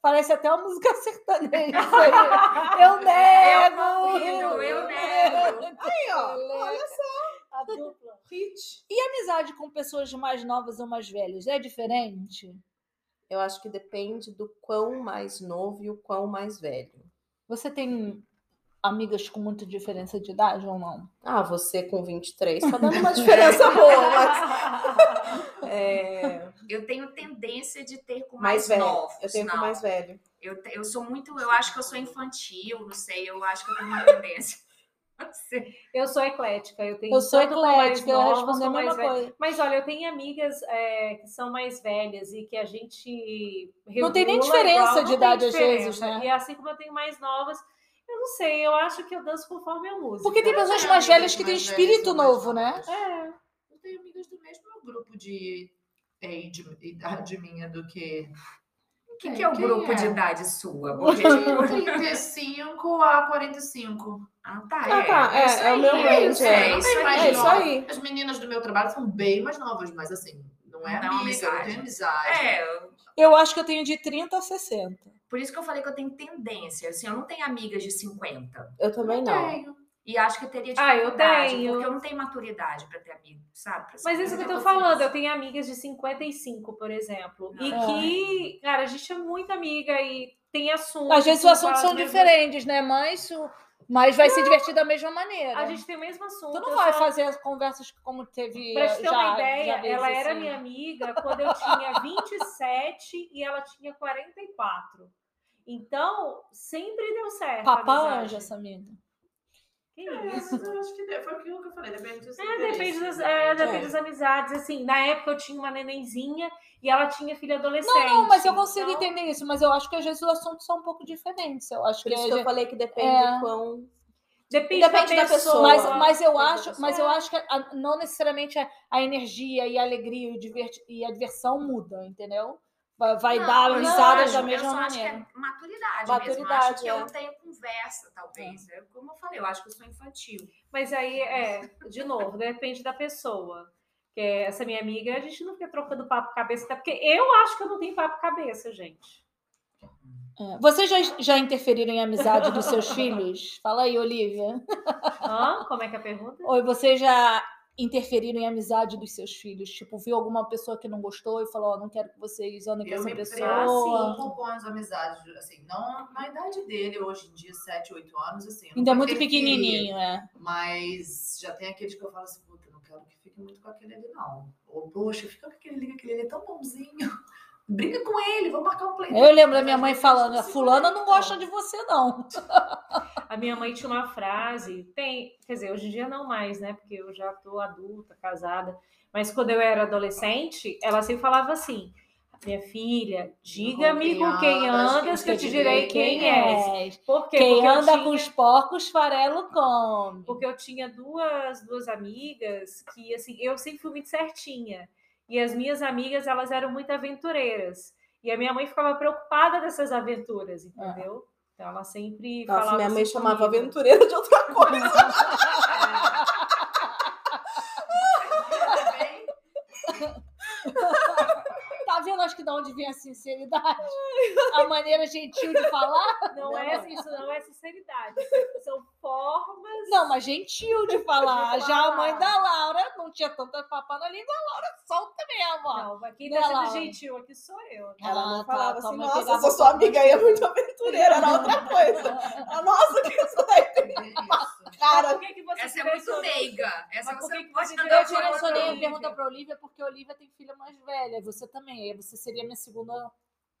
Parece até uma música sertaneja. isso aí. Eu nego! Então, convido, Então, eu né, nego. Aí, ó. Olha só. A dupla. E amizade com pessoas mais novas ou mais velhas é diferente? Eu acho que depende do quão mais novo e o quão mais velho. Você tem amigas com muita diferença de idade ou não? Ah, você com 23 tá dando uma diferença boa, mas. É, Eu tenho tendência de ter com mais mais, velho. novos. eu tenho não. com mais velho. Eu, te- eu sou muito, eu acho que eu sou infantil, não sei, eu acho que eu tenho uma tendência. Não sei. Eu sou eclética. Eu, tenho Eu sou tanto com mais eclética, eu novos respondo a como mais mesma velhos. coisa. Mas olha, eu tenho amigas é, que são mais velhas e que a gente. Não tem nem regula diferença igual, de não tem idade às vezes, diferença. né? E assim como eu tenho mais novas, eu não sei, eu acho que eu danço conforme a música. Porque tem pessoas mais velhas que têm espírito novo, né? É, Eu tenho amigas do mesmo grupo de age- idade minha do que. O que, que é o grupo de idade sua? Porque, tipo, 35 a 45. ah, tá, Ah, tá, é, é, isso é o aí, meu é isso range, é. aí, Não isso tem mais É isso nova. aí. As meninas do meu trabalho são bem mais novas, mas assim, não é Não, amiga, não amizade. tem amizade. aí. É, Eu acho que eu tenho de 30 a 60. Por isso que eu falei que eu tenho tendência, assim, eu não tenho amigas de 50. Eu também não. E acho que eu teria Ah, dificuldade, eu tenho. porque eu não tenho maturidade pra ter amigo, sabe? Pra ser Mas isso é que eu amiga. tô falando, eu tenho amigas de 55, por exemplo. E Ah. que, cara, a gente é muito amiga e tem assunto. Às vezes assim, os assuntos fala são as mesmas- diferentes, né? Mas, o- mas vai se divertir da mesma maneira. A gente tem o mesmo assunto. né? Tu não eu vai só- fazer as conversas como teve. Pra te ter uma já- ideia, já vezes, ela era assim. minha amiga quando eu tinha 27 e ela tinha 44. Então, sempre deu certo. a Papa amizade. assim. Anja, essa amiga. Que É, isso? mas eu acho que foi aquilo que eu falei, depende dos É, depende, das, interesses, é, né? depende das amizades. Assim, na época eu tinha uma nenenzinha e ela tinha filha adolescente. Não, não, mas eu consigo então- entender isso, mas eu acho que às vezes os assuntos são um pouco diferentes. Eu acho Por que, isso a que eu gente- falei que depende É. do quão. Depende, Depende da da pessoa. pessoa. mas, mas eu Depende da acho, mas eu acho que a- não necessariamente a, a energia e a alegria e, o diverti- e a diversão mudam, entendeu? Vai, vai Não, dar eu risadas acho- da eu mesma só acho que maneira. é maturidade, mesmo. Eu Acho Maturidade, que é. eu tenho conversa, talvez. Eu- como eu falei, eu acho que eu sou infantil. Mas aí, é, de novo, depende da pessoa. Que é essa minha amiga, a gente não fica trocando papo cabeça, até porque eu acho que eu não tenho papo cabeça, gente. É. Vocês já, já interferiram em amizade dos seus filhos? Fala aí, Olivia. Hã? Como é que é a pergunta? Ou vocês já interferiram em amizade dos seus filhos? Tipo, viu alguma pessoa que não gostou e falou, ó, não quero que vocês andem com Eu essa me pessoa? é. preocupo com as amizades, assim, não na idade dele, hoje em dia, 7, 8 anos, assim. eu Ainda é nunca muito interferi, pequenininho, é. Mas já tem aqueles que eu falo assim, puta, não quero que fique muito com aquele ali, não. Ou, poxa, fica com aquele ali, que aquele ali é tão bonzinho. Briga com ele, vou marcar um play. Eu lembro da minha Mas mãe às vezes falando, se fulana não conectam. gosta de você, não. A minha mãe tinha uma frase, tem, quer dizer, hoje em dia não mais, né? Porque eu já tô adulta, casada. Mas quando eu era adolescente, ela sempre falava assim: minha filha, diga-me com quem andas, que eu te direi quem é. é? és. é? Por quê? Quem Porque eu anda tinha- com os porcos, farelo come. porque eu tinha duas duas amigas que assim eu sempre fui muito certinha e as minhas amigas elas eram muito aventureiras e a minha mãe ficava preocupada dessas aventuras entendeu então ela sempre Nossa, falava minha mãe assim chamava comigo. aventureira de outra coisa. Bem, Tá vendo? Acho que de onde vem a sinceridade. A maneira gentil de falar. não, Não, é isso não é sinceridade são formas Não, mas gentil de falar. De Já a falar. mãe da Laura não tinha tanta papá na língua, a Laura solta mesmo, ó. não aqui né, tá sendo Laura? gentil aqui sou eu né? Ela Ah, não tá, falava tua assim, mãe nossa, pegava essa sua tua amiga aí é muito aventureira, era outra coisa. Ah, nossa, que isso daí, é isso. Mas cara. por que que você Essa é direcionou- muito meiga. Essa é Mas por você que que pode você andar Eu direciona falando. direcionei a Olivia. pergunta pra Olivia porque a Olivia tem filha mais velha. Você também. aí Você seria minha segunda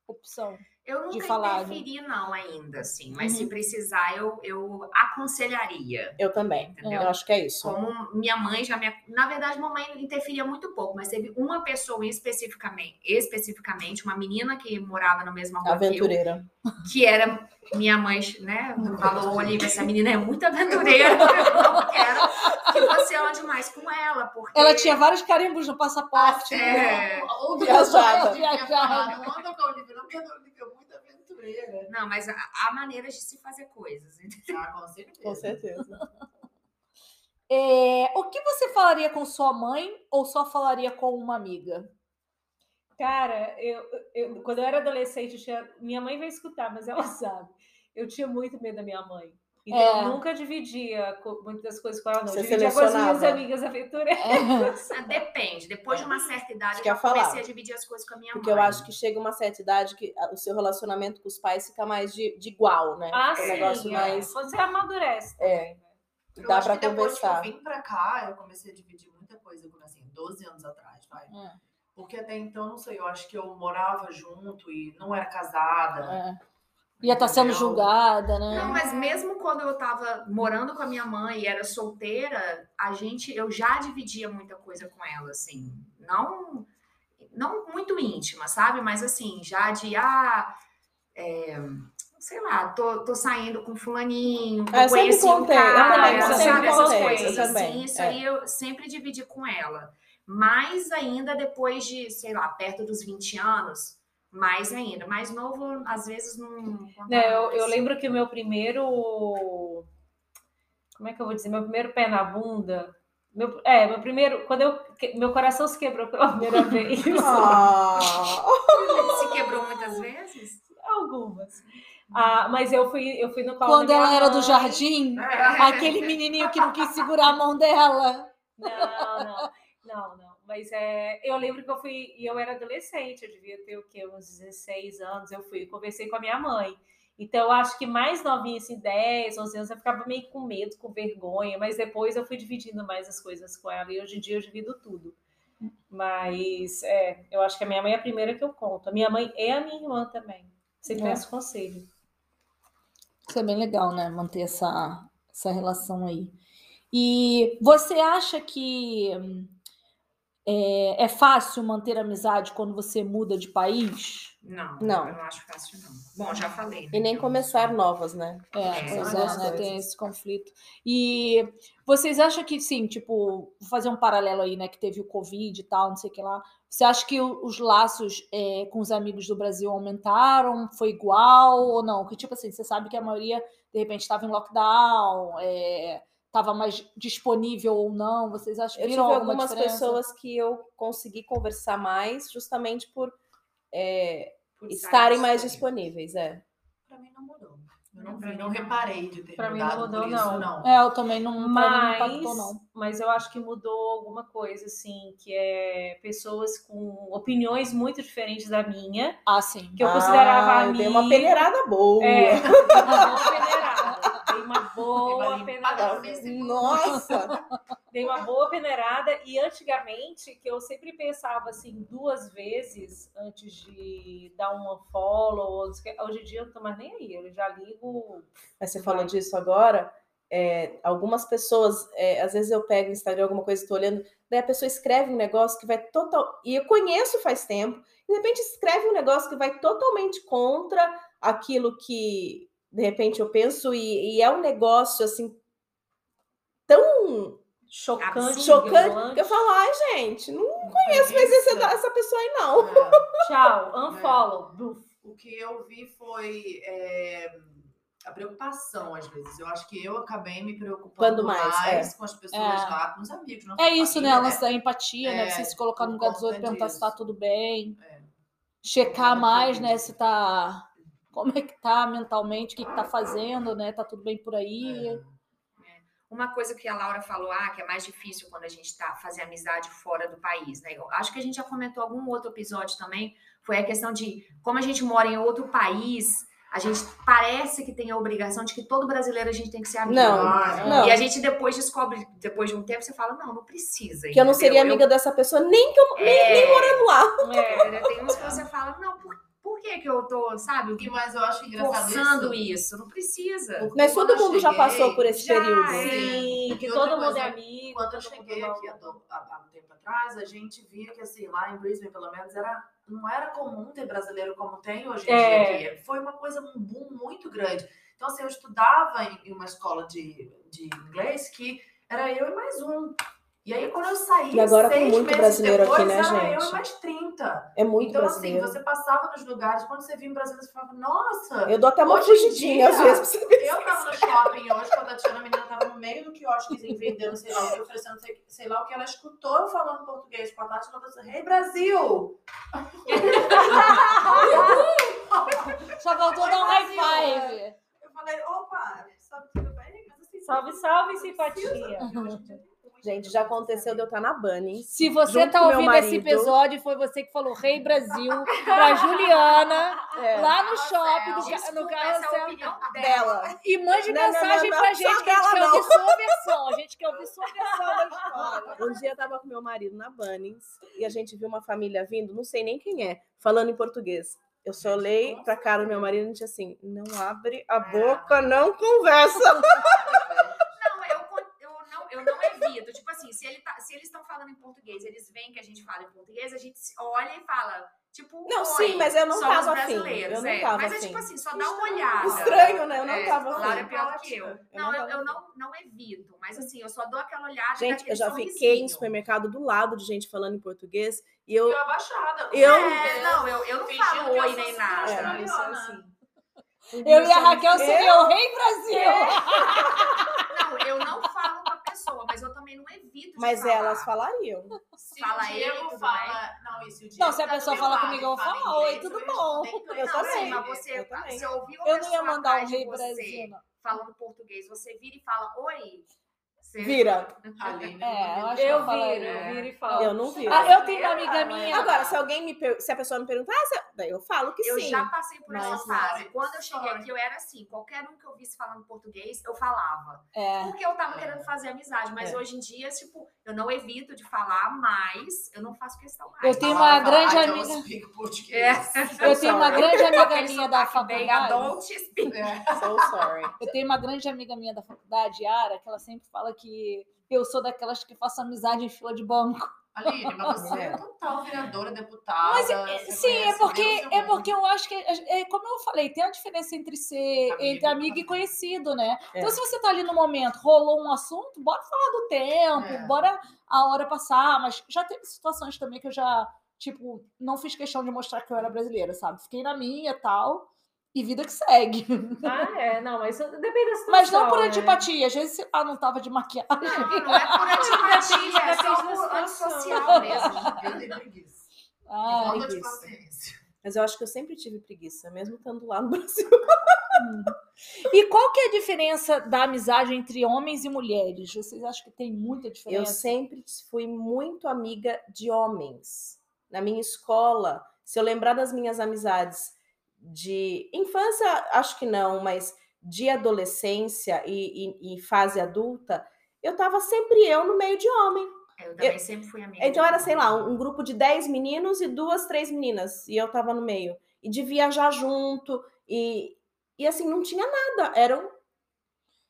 opção. Eu de nunca falar, né? interferi, não, ainda, assim. Mas Uhum. se precisar, eu, eu aconselharia. Eu também. Entendeu? Eu acho que é isso. Como minha mãe já me. Na verdade, mamãe interferia muito pouco, mas teve uma pessoa especificamente, especificamente uma menina que morava na mesma rua que eu, Aventureira. que era minha mãe, né? Falou, Olivia, essa menina é muito aventureira. Eu não quero que você ande mais com ela, porque. Ela tinha vários carimbos no passaporte. né? É, Ou Viajada. Viajada. Não anda com a Olivia, não, porque a Olivia é muito aventureira. não, mas há há maneiras de se fazer coisas. Então, entendeu? Ah, com certeza. Com certeza. É, o que você falaria com sua mãe ou só falaria com uma amiga? Cara, eu, eu- quando eu era adolescente, eu tinha- minha mãe vai escutar, mas ela sabe. Eu tinha muito medo da minha mãe. Então, É. eu nunca dividia co- muitas coisas com ela, não. Você dividia com as minhas selecionava. amigas aventureiras. É. Ah, Depende. Depois de uma certa idade, Isso eu que eu já ia falar. comecei a dividir as coisas com a minha Porque eu mãe. acho que chega uma certa idade que ah, o seu relacionamento com os pais fica mais de, de igual, né? Ah, Fica um sim. negócio é. mais. Você amadurece. É. Eu Dá acho pra que depois conversar. que eu vim pra cá, eu comecei a dividir muita coisa, como assim, 12 anos atrás, vai. É. Porque até então, não sei, eu acho que eu morava junto e não era casada. É. Ia estar sendo entendeu? julgada, né? Não, é mas mesmo quando eu tava morando com a minha mãe e era solteira, a gente, eu já dividia muita coisa com ela, assim. Não, não muito íntima, sabe? Mas assim, já de, ah, é, sei lá, tô, tô saindo com fulaninho, Ah, eu eu sempre conheci um contei, eu cara, também contei, sabe? eu Essas contei, eu coisas, também, assim. Isso é. aí eu sempre dividi com ela. Mas ainda depois de, sei lá, perto dos 20 anos... Mais ainda, mais novo, às vezes não. Não, Né, Né, eu, eu lembro que o meu primeiro. Como é que eu vou dizer? Meu primeiro pé na bunda. Meu, é, meu primeiro. Quando eu. que- Meu coração se quebrou pela primeira vez. Ah, Se quebrou muitas vezes? Algumas. Ah, mas eu fui, eu fui no colo Quando da minha ela era do mãe. jardim, aquele menininho que não quis segurar a mão dela. Não, não, não, não. Mas é, eu lembro que eu fui, e eu era adolescente, eu devia ter o quê? Uns 16 anos, eu fui, conversei com a minha mãe. Então, eu acho que mais novinha, assim, 10, 11 anos, eu ficava meio com medo, com vergonha, mas depois eu fui dividindo mais as coisas com ela, e hoje em dia eu divido tudo. Mas, é, eu acho que a minha mãe é a primeira que eu conto. A minha mãe e a minha irmã também. Sempre É. peço conselho. Isso é bem legal, né? Manter essa, essa relação aí. E você acha que hum, é, é fácil manter amizade quando você muda de país? Não, Não. eu não acho fácil, não. Bom, já falei. né? E nem Então, começar novas, né? É, É, pois são é, as né? duas Tem coisas. esse conflito. E vocês acham que sim, tipo, vou fazer um paralelo aí, né? Que teve o Covid e tal, não sei o que lá. Você acha que o- os laços é, com os amigos do Brasil aumentaram? Foi igual ou não? Que tipo assim, você sabe que a maioria, de repente, estava em lockdown, é, estava mais disponível ou não. Vocês acham Eu que tive viram alguma algumas diferença? pessoas que eu consegui conversar mais justamente por é, por estarem mais disponível. disponíveis, é. Pra mim não mudou. Eu não, Pra vi, mim não não. reparei de ter Pra mim não mudado mudou, por isso, não. É, eu também não, um pra mim não Mas, impactou, não. mas eu acho que mudou alguma coisa, assim, que é pessoas com opiniões muito diferentes da minha, Ah, sim. que eu considerava Ah, eu amiga. dei uma peneirada boa. É, uma boa peneirada. Dei uma Ela boa limpada peneirada. no Facebook. Nossa! Dei uma boa peneirada. E antigamente, que eu sempre pensava assim, duas vezes antes de dar um follow. ou não sei o quê. Hoje em dia eu não tô mais nem aí. Eu já ligo. Mas você falou disso agora. é, algumas pessoas, é, às vezes eu pego o Instagram, alguma coisa, estou olhando, daí a pessoa escreve um negócio que vai total. E eu conheço faz tempo, e de repente escreve um negócio que vai totalmente contra aquilo que de repente eu penso, e, e é um negócio assim tão Chocante. chocante que violante. eu falo, ai, gente, não Conheço, conheço mais esse- essa pessoa aí, não. Tchau, unfollow. Buf. É, O que eu vi foi é, a preocupação, às vezes. Eu acho que eu acabei me preocupando Quando mais, com as pessoas É. lá, com os amigos. não com É a isso, né? família, A lance da empatia, né? É, Você se colocar no por lugar dos é conta outros, perguntar se tá disso. tudo bem. É. Checar Concordo mais, com né? isso. Se tá. Como é que tá mentalmente, o que, que tá fazendo, né? Tá tudo bem por aí. É. Uma coisa que a Laura falou, ah, que é mais difícil quando a gente tá fazer amizade fora do país, né? Eu acho que a gente já comentou algum outro episódio também, foi a questão de como a gente mora em outro país, a gente parece que tem a obrigação de que todo brasileiro a gente tem que ser amigo. Não, Ah, não. E a gente depois descobre, depois de um tempo, você fala, não, não precisa. Que eu não seria entendeu? amiga dessa pessoa, nem que eu Eu- é, morando lá. É. entendeu? né, Tem uns que você fala, não, por, por que que eu tô, sabe, O que mais eu acho engraçado forçando isso. isso? Não precisa. porque Mas quando todo eu mundo já cheguei- Ah, passou por esse já, período. é. Sim, E que outra todo mundo coisa, é né? amigo. Quando eu todo mundo cheguei é aqui há, do- há- há um tempo atrás, a gente via que, assim, lá em Brisbane, pelo menos, era, não era comum ter brasileiro como tem hoje em É. dia aqui. Foi uma coisa, um boom muito grande. Então, assim, eu estudava em, em uma escola de, de inglês que era eu e mais um. E aí, quando eu saí, E agora tem seis muito meses brasileiro aqui, depois, né, era eu gente? e mais 30. É muito então, brasileiro. assim, você passava nos lugares, quando você via um brasileiro, você falava, nossa, Eu dou até uma Hoje em fugidinha às dia, vezes. pra você ver. eu tava no shopping hoje, quando a Tiana, a menina tava no meio do quiosque, assim, vendendo, sei lá, o que, oferecendo sei, sei lá o que, ela escutou eu falando português com a Tati, ela falou assim, Ei, Brasil! Só faltou dar um high five. Eu falei, opa, sabe tudo bem? Mas assim, Salve, salve, simpatia. é Gente, já aconteceu de eu estar na Bunny. Se você Junto tá com meu ouvindo esse marido. episódio, foi você que falou Rei Brasil pra Juliana, é, lá no É. Nossa, shopping, Elza, do ca- no desculpa, carro essa é a opinião dela. Dela. E mande Não, não, mensagem não, não, pra só gente, que a gente dela quer não. ouvir sua versão. A gente quer ouvir sua versão da história. Um dia eu tava com meu marido na Bunnings e a gente viu uma família vindo, não sei nem quem é, falando em português. Eu só olhei pra cara do meu marido e disse assim: não abre a boca, não conversa. Não, eu, con- eu não, eu não evito. Tipo assim, se, ele tá- se eles estão falando em português, eles veem que a gente fala em português, a gente se olha e fala, tipo, Não, "Oi, sim, mas eu não somos tava afim, brasileiros. eu não é. tava mas é afim. tipo assim, só dá uma olhada. Estranho, né? Eu não É, tava Laura afim. é pior do que eu. não Não, eu, tava eu não, não evito, mas assim, eu só dou aquela olhada. e Gente, daquele eu já fiquei em sorrisinho. supermercado do lado de gente falando em português e eu. Eu abaixada. Eu- É, não, eu, eu não Fingindo falo que eu oi sou nem super nada. É, isso é Eu e a Raquel seria o Rei Brasil. Não, eu não falo com a pessoa, mas eu também não evito. de Mas falar. elas falariam. Se Fala o Diego ele, tudo fala... Não, e se o Diego Não, se a tá do pessoa meu fala lado comigo, eu e vou fala falar, "Oi, inglês, tudo eu bom?" respondo Eu em Não, inglês. também. sim, mas você, eu também. você ouviu a Eu não ia pessoa mandar o atrás de Rei você Brasil, não. falando português, você vira e fala, oi, você Você- Vira. Aline. É, eu acho que Eu eu falei, viro, né? eu viro e falo. Eu não vi. Ah, eu tenho uma amiga minha. Agora, se alguém me per- se a pessoa me perguntar, ah, você- daí eu falo que Eu sim. já passei por Mas essa não. é fase. Quando eu cheguei Sorry. aqui, eu era assim. Qualquer um que eu visse falando português, eu falava. É. Porque eu tava querendo fazer amizade. Mas hoje em dia, tipo, eu não evito de falar, mas eu não faço questão mais. Eu tenho uma grande I amiga- Don't speak português. É. Eu tenho uma grande amiga Aquele minha da sotaque bem faculdade. adult speak. É, So sorry. Eu tenho uma grande amiga minha da faculdade, Yara, que ela sempre fala que eu sou daquelas que faço amizade em fila de banco. Aline, mas você é total vereadora, deputada. Mas, você Sim, é conhece porque Deus e o é mundo. porque eu acho que é, é como eu falei, tem a diferença entre ser Amigo. tá. entre amigo e conhecido, né? É. Então se você tá ali no momento, rolou um assunto, bora falar do tempo, É. bora a hora passar, mas já teve situações também que eu já tipo não fiz questão de mostrar que eu era brasileira, sabe? Fiquei na minha, tal, e vida que segue. Ah, é, não, mas depende da situação. Mas não por né? antipatia, às vezes sei lá, não tava de maquiagem. Não, não é por antipatia, é só Depende por da antissocial mesmo. Eu tenho preguiça. Ai, Falta de preguiça. paciência. Mas eu acho que eu sempre tive preguiça, mesmo estando lá no Brasil. E qual que é a diferença da amizade entre homens e mulheres? Vocês acham que tem muita Eu diferença? sempre fui muito amiga de homens. Na minha escola, se eu lembrar das minhas amizades de infância, acho que não, mas de adolescência e, e- e fase adulta, eu estava sempre eu no meio de homem. Eu também sempre fui amiga. Então de- era, sei lá, um um grupo de 10 meninos e duas, três meninas, e eu estava no meio. E de viajar junto, e, e assim, não tinha nada, eram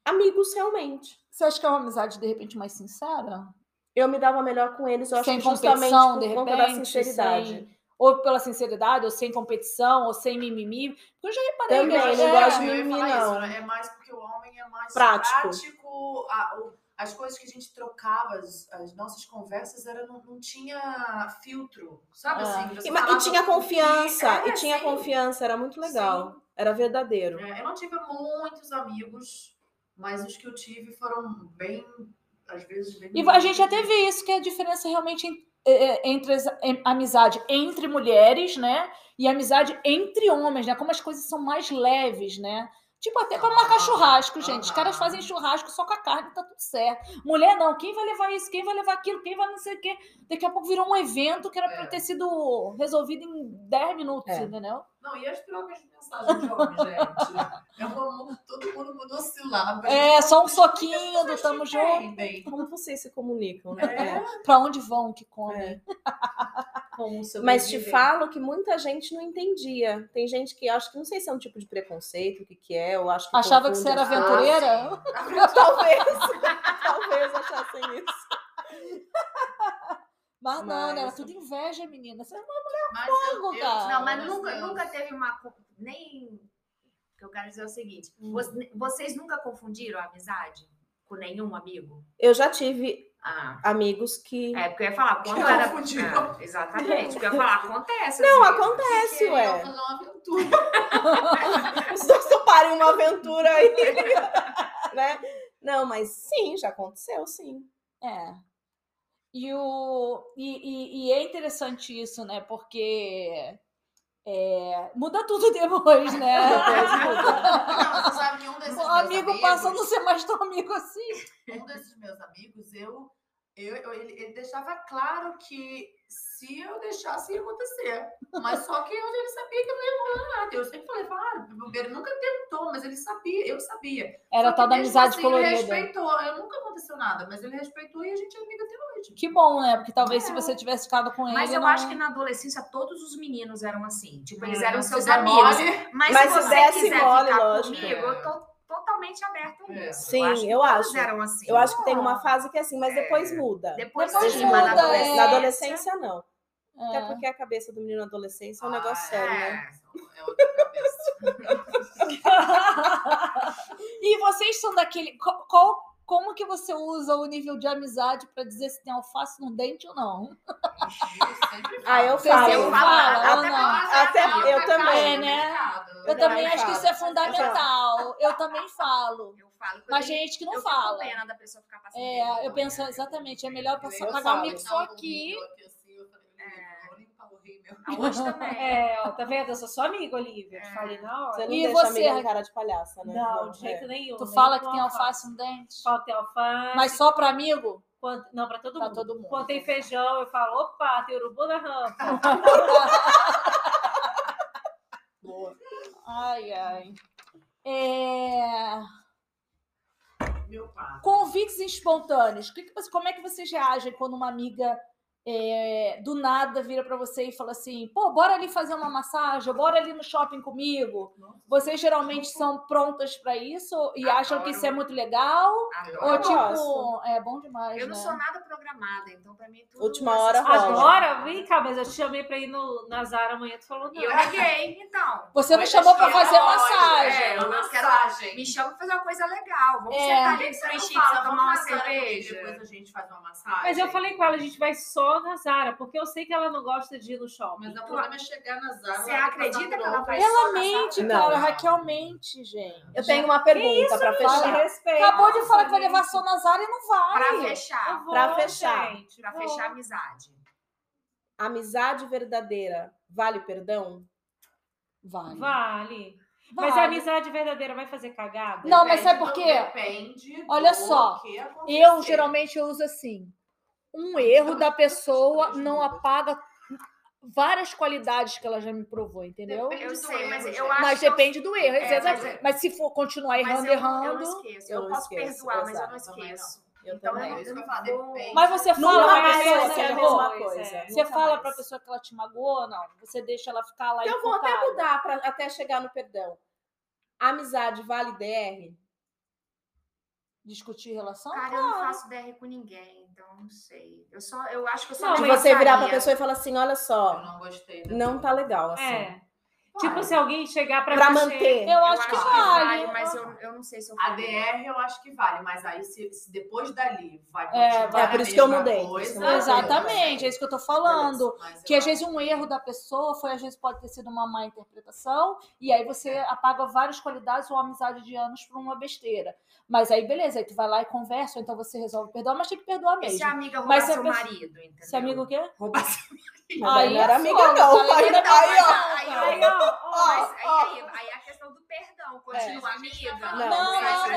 amigos realmente. Você acha que é uma amizade, de repente, mais sincera? eu me dava melhor com eles, eu acho Sem que justamente competição, por de conta da repente, sinceridade. sem- Ou pela sinceridade, ou sem competição, ou sem mimimi? Porque eu já reparei Também, que a não gente... É, gosto de eu ia mimimi, falar isso, não. né? É mais porque o homem é mais Prático. prático. a- o- as coisas que a gente trocava, as, as nossas conversas, era, não, não tinha filtro. Sabe Ah. assim? você E, ma- e falava tinha com- confiança, É, e tinha sim. confiança, era muito legal, era verdadeiro. É, Eu não tive muitos amigos, mas os que eu tive foram bem, às vezes, bem. E a gente já teve isso, que é a diferença realmente en- é, é, entre as- em- amizade entre mulheres, né? E amizade entre homens, né? Como as coisas são mais leves, né? Tipo, até pra marcar Aham, churrasco, gente. Os caras aham. fazem churrasco só com a carne, tá tudo certo. Mulher, não. Quem vai levar isso? Quem vai levar aquilo? Quem vai não sei o quê? Daqui a pouco virou um evento que era pra É. ter sido resolvido em 10 minutos, É. entendeu? Não, e as trocas de mensagem de homem, gente? É um amor, todo mundo mudou sílaba. É, só um soquinho do tamo estamos junto. Como vocês se comunicam, É. né? Pra onde vão que comem? É. Como Mas te sobreviver. falo que muita gente não entendia. Tem gente que acho que não sei se é um tipo de preconceito, o que, que é, eu acho que. Achava que você era confunde as aventureiro? aventureira? coisas. Talvez. talvez achassem isso. Mas não, né? Era Mas- tudo inveja, menina. Você Mas eu, Fogo, eu- cara. Não, mas eu- nunca, nunca teve uma. co- Nem. O que eu quero dizer é o seguinte: Hum. vo- vocês nunca confundiram a amizade com nenhum amigo? Eu já tive Ah. amigos que. É, porque eu ia falar, quando Que eu era. confundiram. Ah, exatamente, porque eu ia falar, acontece. assim. Não, às vezes. acontece, ué. fazer uma aventura. Os dois toparem uma aventura aí. né? Não, mas sim, já aconteceu, sim. É. E, o, e, e- e é interessante isso, né? Porque é, muda tudo depois, né? Não, você sabe que um desses o meus amigo amigos, passa a não ser mais tão amigo assim. um desses meus amigos, eu, eu, eu- ele, ele deixava claro que se eu deixasse ia acontecer. Mas só que eu ele sabia que não ia rolar nada. Eu sempre falei, claro, ele nunca tentou, mas ele sabia, eu sabia. Era Só que tal da mesmo amizade assim, Ele colorida. respeitou, eu nunca aconteceu nada, mas ele respeitou e a gente é amiga até hoje. Que bom, né? Porque talvez se É. você tivesse ficado com ele. Mas eu não- acho que na adolescência todos os meninos eram assim. Tipo, eles Ah, eram Se seus der amigos. mole, Mas, Mas se se você desse quiser mole, ficar lógico. comigo, eu tô totalmente aberta a É. isso. Sim, que eu todos acho. eram assim. Eu acho que tem uma fase que é assim, mas depois É. muda. Depois, Depois sim, mas na muda, adolescência. Na adolescência, não. É. Até porque a cabeça do menino na adolescência é um Ah, negócio sério, né? É outra cabeça. E vocês são daquele. co- Qual, como que você usa o nível de amizade pra dizer se tem alface no dente ou não? Eu sempre Ah, eu Vocês falo. sempre eu falo, falam, até ou não? pra- Até falo, eu tá também. É, né? complicado. Eu também também acho que falo. isso é fundamental. Eu também falo. Eu falo que eu Mas tenho- gente que não eu fico assim. com fala. pena da pessoa ficar passando É, eu vergonha. penso exatamente, é melhor passar, assim, Eu "Então, um pagar o falo, mico só aqui. É. Eu assim, eu falei, eu vou limpar o Rimmel. Ah, Hoje também. É, ó, tá vendo? Eu sou sua amiga, Olivia. Te Falei na É. Você hora. não E deixa a você, amiga com Raquel? cara de palhaça, né? Não, de é. jeito nenhum. Tu nem fala que com tem alface no dente? Fala que tem alface. Mas só pra amigo? quando- Não, pra todo Pra mundo. todo mundo. Quando tem feijão, eu falo, opa, tem urubu na rampa. Boa. Ai, ai. É... Meu pai. Convites espontâneos. Que que você- como é que vocês reagem quando uma amiga é, do nada vira pra você e fala assim: pô, bora ali fazer uma massagem, bora ali no shopping comigo? Vocês geralmente são prontas pra isso e Adoro. acham que isso é muito legal? Adoro. Ou tipo, gosto. é bom demais. Eu não né? sou nada programada, então pra mim tudo. Última hora essas coisas- rola. Agora, vem cá, mas eu te chamei pra ir no, na Zara amanhã, tu falou E não. eu neguei, então. Você não Mas assim, chamou pra acho que fazer é ótimo, massagem. é, eu não quero- massagem. Me chama pra fazer uma coisa legal. Vamos É. sentar ali Por que no você não Sanchita, fala, tomar uma "Vamos na Zara e cerveja. Depois a gente faz uma massagem. Mas eu falei com ela, a gente vai só na Zara, porque eu sei que ela não gosta de ir no shopping. Mas o problema é chegar na Zara. Você ela acredita passar que ela por vai Ela só na mente, Zara? Não. cara. Raquel mente, gente. Eu tenho uma pergunta pra menina? fechar. respeito. Acabou de falar que vai levar só na Zara e não Pra vai. fechar. pra fechar. Pra fechar a amizade. Amizade verdadeira vale perdão? Vale. Vale. é Mas a Vale. amizade verdadeira vai fazer cagada? Não, mas Depende sabe por do- quê? Depende. Olha do só, que acontecer. Eu geralmente uso assim. Um erro Então, da as duas pessoa coisas não juntas. apaga várias qualidades que ela já me provou, entendeu? Depende Eu do sei, mas erro, eu gente. acho. Mas que eu- depende do erro, É, mas exatamente. é- Mas se for continuar Mas errando, eu, não- eu errando. não esqueço. eu Eu, não posso esqueço, perdoar, mas eu não exato, também esqueço. Eu Então, também. eu- É isso que eu falo, depende. Mas você Nunca fala né? pra mais é pessoa vai que ser a errou? mesma Pois coisa. é. Você nunca fala mais. pra pessoa que ela te magoou ou não? Você deixa ela ficar lá Então, vou até encucada? mudar pra, até chegar no perdão. Amizade vale DR? Discutir relação? Cara, eu não faço DR com ninguém, então não sei. Eu só, eu acho que eu só Não, De mas você virar pra pensaria. pessoa e falar assim: olha Eu só, não gostei. da- não tá legal assim. É. Tipo, se alguém chegar pra, Pra você- manter. Eu acho que vale. mas eu, eu não sei se eu A DR eu acho que vale, mas aí se, se depois dali vai É, continuar é por a isso que eu mesma mudei, por isso Coisa, que eu mudei. Exatamente, é isso que eu tô falando. Mas eu Que às acho- vezes um erro da pessoa foi, às vezes pode ter sido uma má interpretação, e aí você apaga várias qualidades ou amizade de anos por uma besteira. Mas aí, beleza, aí tu vai lá e conversa, ou então você resolve perdoar, mas tem que perdoar E se mesmo. a amiga roubar Mas se a seu pessoa- marido, entendeu? Esse amigo o quê? Roubar Mas não era é amiga, fogo, não. tá ligado? Aí- Então, aí, ó. mas, aí, Aí, ó, ó, "Ah, ó, mas aí, aí, aí a questão do perdão. Continua amiga. Não, não, mas não, já tá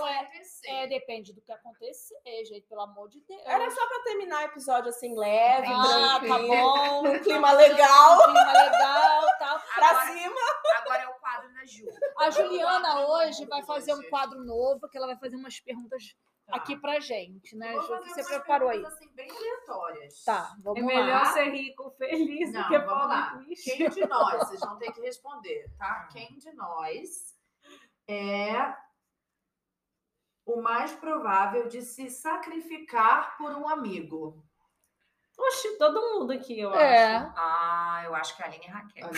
não, é- acontecendo. É, depende do que acontecer, gente, pelo amor de Deus. Era só pra terminar o episódio assim, leve, ah, tá tranquilo. bom. num clima legal. Um clima legal, tal. Pra Agora, cima. agora é o quadro da Ju. A Juliana hoje vai fazer um quadro novo, que ela vai fazer umas perguntas aqui pra gente, né, Vou Ju? fazer O que você umas preparou aí? perguntas, Assim, bem aleatórias. Tá, vamos É melhor lá. ser rico, feliz, Não, do que vamos lá. pobre triste. Quem de nós, vocês vão ter que responder, tá? Quem de nós é o mais provável de se sacrificar por um amigo? Oxe, todo mundo aqui, eu É. acho. Ah, eu acho que é a Aline e Raquel.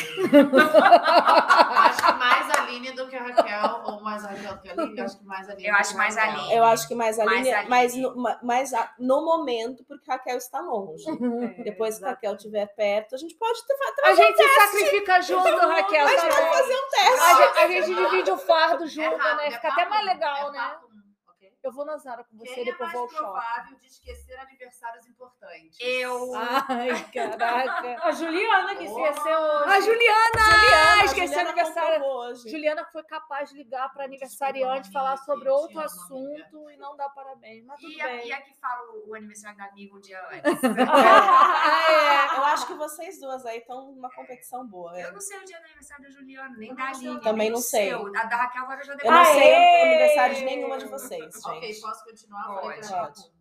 acho que mais a Aline do que a Raquel, ou mais a Raquel do que a Aline, acho que mais a Aline. Eu do acho que mais a Raquel. Aline. Eu acho que mais a Mais linha, a mas, linha. no, ma- mais a- no momento, porque Raquel está longe. É, Depois que exato. Raquel estiver perto, a gente pode ter- fa- A trazer gente se sacrifica junto, Raquel. Mas tá vamos bem. fazer um teste. A gente, a gente divide o fardo junto, É rápido, né? Fica até É papo mais um, legal, é né? papo um, ok? Eu vou na Zara com você, Quem é depois vou ao mais shopping. provável de esquecer aniversários importantes? Eu. Ah, Ai, caraca. A Juliana que esqueceu hoje. A Juliana! Juliana, esqueci Juliana o aniversário. comprovou Hoje. Juliana foi capaz de ligar para aniversariante, Desculpa, falar amiga, sobre te outro amo, assunto e não dar parabéns. Mas tá tudo E a, e bem. a que fala o aniversário da amiga um dia antes? É, eu acho que vocês duas aí estão numa competição boa. é. Eu não sei o dia do aniversário da Juliana, nem Eu da não sei. Aline. Também nem não o sei. seu. A da Raquel agora eu já deve Eu não Aê! sei o aniversário de nenhuma de vocês, Ok, gente. posso continuar? Eu falei que era Pode. papo um.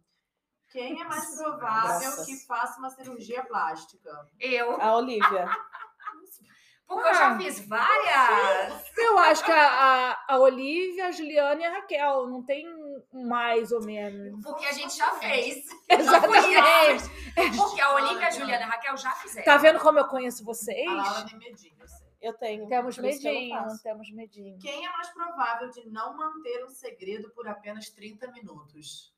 Quem é mais provável Graças. que faça uma cirurgia plástica? Eu. A Olivia. Porque eu já fiz várias. Eu acho que a, a, a Olivia, a Juliana e a Raquel. Não tem mais ou menos. Porque a gente já fez. Exatamente. Porque a Olivia, a Juliana e a Raquel já fizeram. Tá vendo como eu conheço vocês? A Laura tem medinho, eu sei. Eu tenho. Temos por isso que eu não medinho, faço. temos medinho. Quem é mais provável de não manter um segredo por apenas 30 minutos?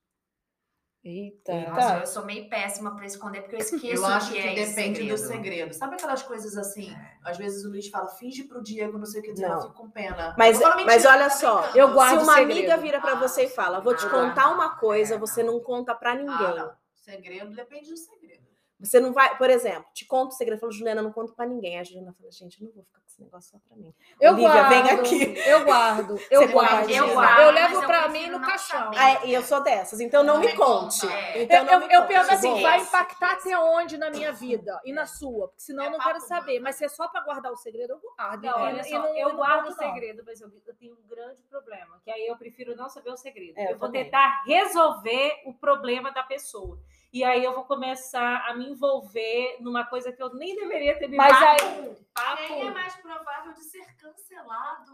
Eita. Nossa, eu sou meio péssima pra esconder, porque eu esqueço eu o acho que, é esse depende do segredo. segredo. Sabe aquelas coisas assim? Às vezes o Luiz fala, finge pro Diego, não sei o que, dizer, Não. eu fico com pena. Mas- Eu falo, mas "Mentira, olha tá só, brincando." eu guardo- Se uma segredo. amiga vira pra Ah, você e fala, vou te ah, contar uma coisa, é, você não conta pra Ah, ninguém. não. Segredo depende do segredo. Você não vai, por exemplo, te conto o segredo. Eu falo, Juliana, não conto pra ninguém. A Juliana fala, gente, eu não vou ficar com esse negócio só pra mim. Eu Olivia, guardo. vem aqui. Eu guardo. Eu Você guarda, guardo. eu guardo, Eu mas levo eu pra mim prefiro no não caixão. saber. Eu- Ah, e eu sou dessas, então não, Não me me conte. conta, é. Então não Eu, me eu conte, penso assim, bom. vai Sim, impactar sim. até onde na minha vida e na sua? Porque senão É eu não quero papo, saber. mano. Mas se é só pra guardar o segredo, eu guardo. Não, E- olha e só, não- eu não guardo o conto, não. segredo, mas eu, eu tenho um grande problema, que aí eu prefiro não saber o segredo. É, eu eu vou também. tentar resolver o problema da pessoa. E aí eu vou começar a me envolver numa coisa que eu nem deveria ter me Mas envolvido. aí, Quem é mais provável de ser cancelado?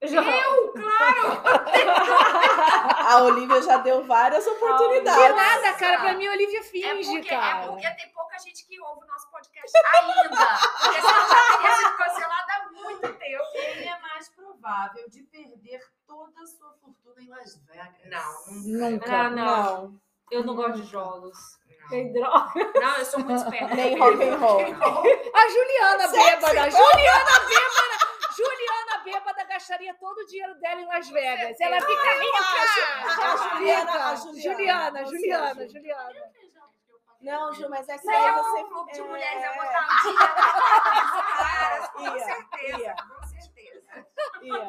Eu já- A Olivia já deu várias de oportunidades. nada, cara. Pra mim, a Olivia É finge, porque, cara. é porque tem pouca gente que ouve o nosso podcast ainda. Porque senão já teria sido cancelada há muito tempo. Quem é mais provável de perder toda a sua fortuna em Las Vegas? Não, não Ah, Nunca. não, Não, eu não gosto de jogos. Tem droga. Não, eu sou muito esperta. nem rock and roll. A Juliana bêbada. Juliana bêbada. Juliana bêbada gastaria todo o dinheiro dela em Las Vegas. Ela fica rica. A Juliana, a Juliana, Juliana, você, Juliana, Ju. Juliana. Não, Ju, mas essa aí Não, você... um grupo de é, mulheres é botar um dia na cabeça, com Ia, certeza, com certeza. ia.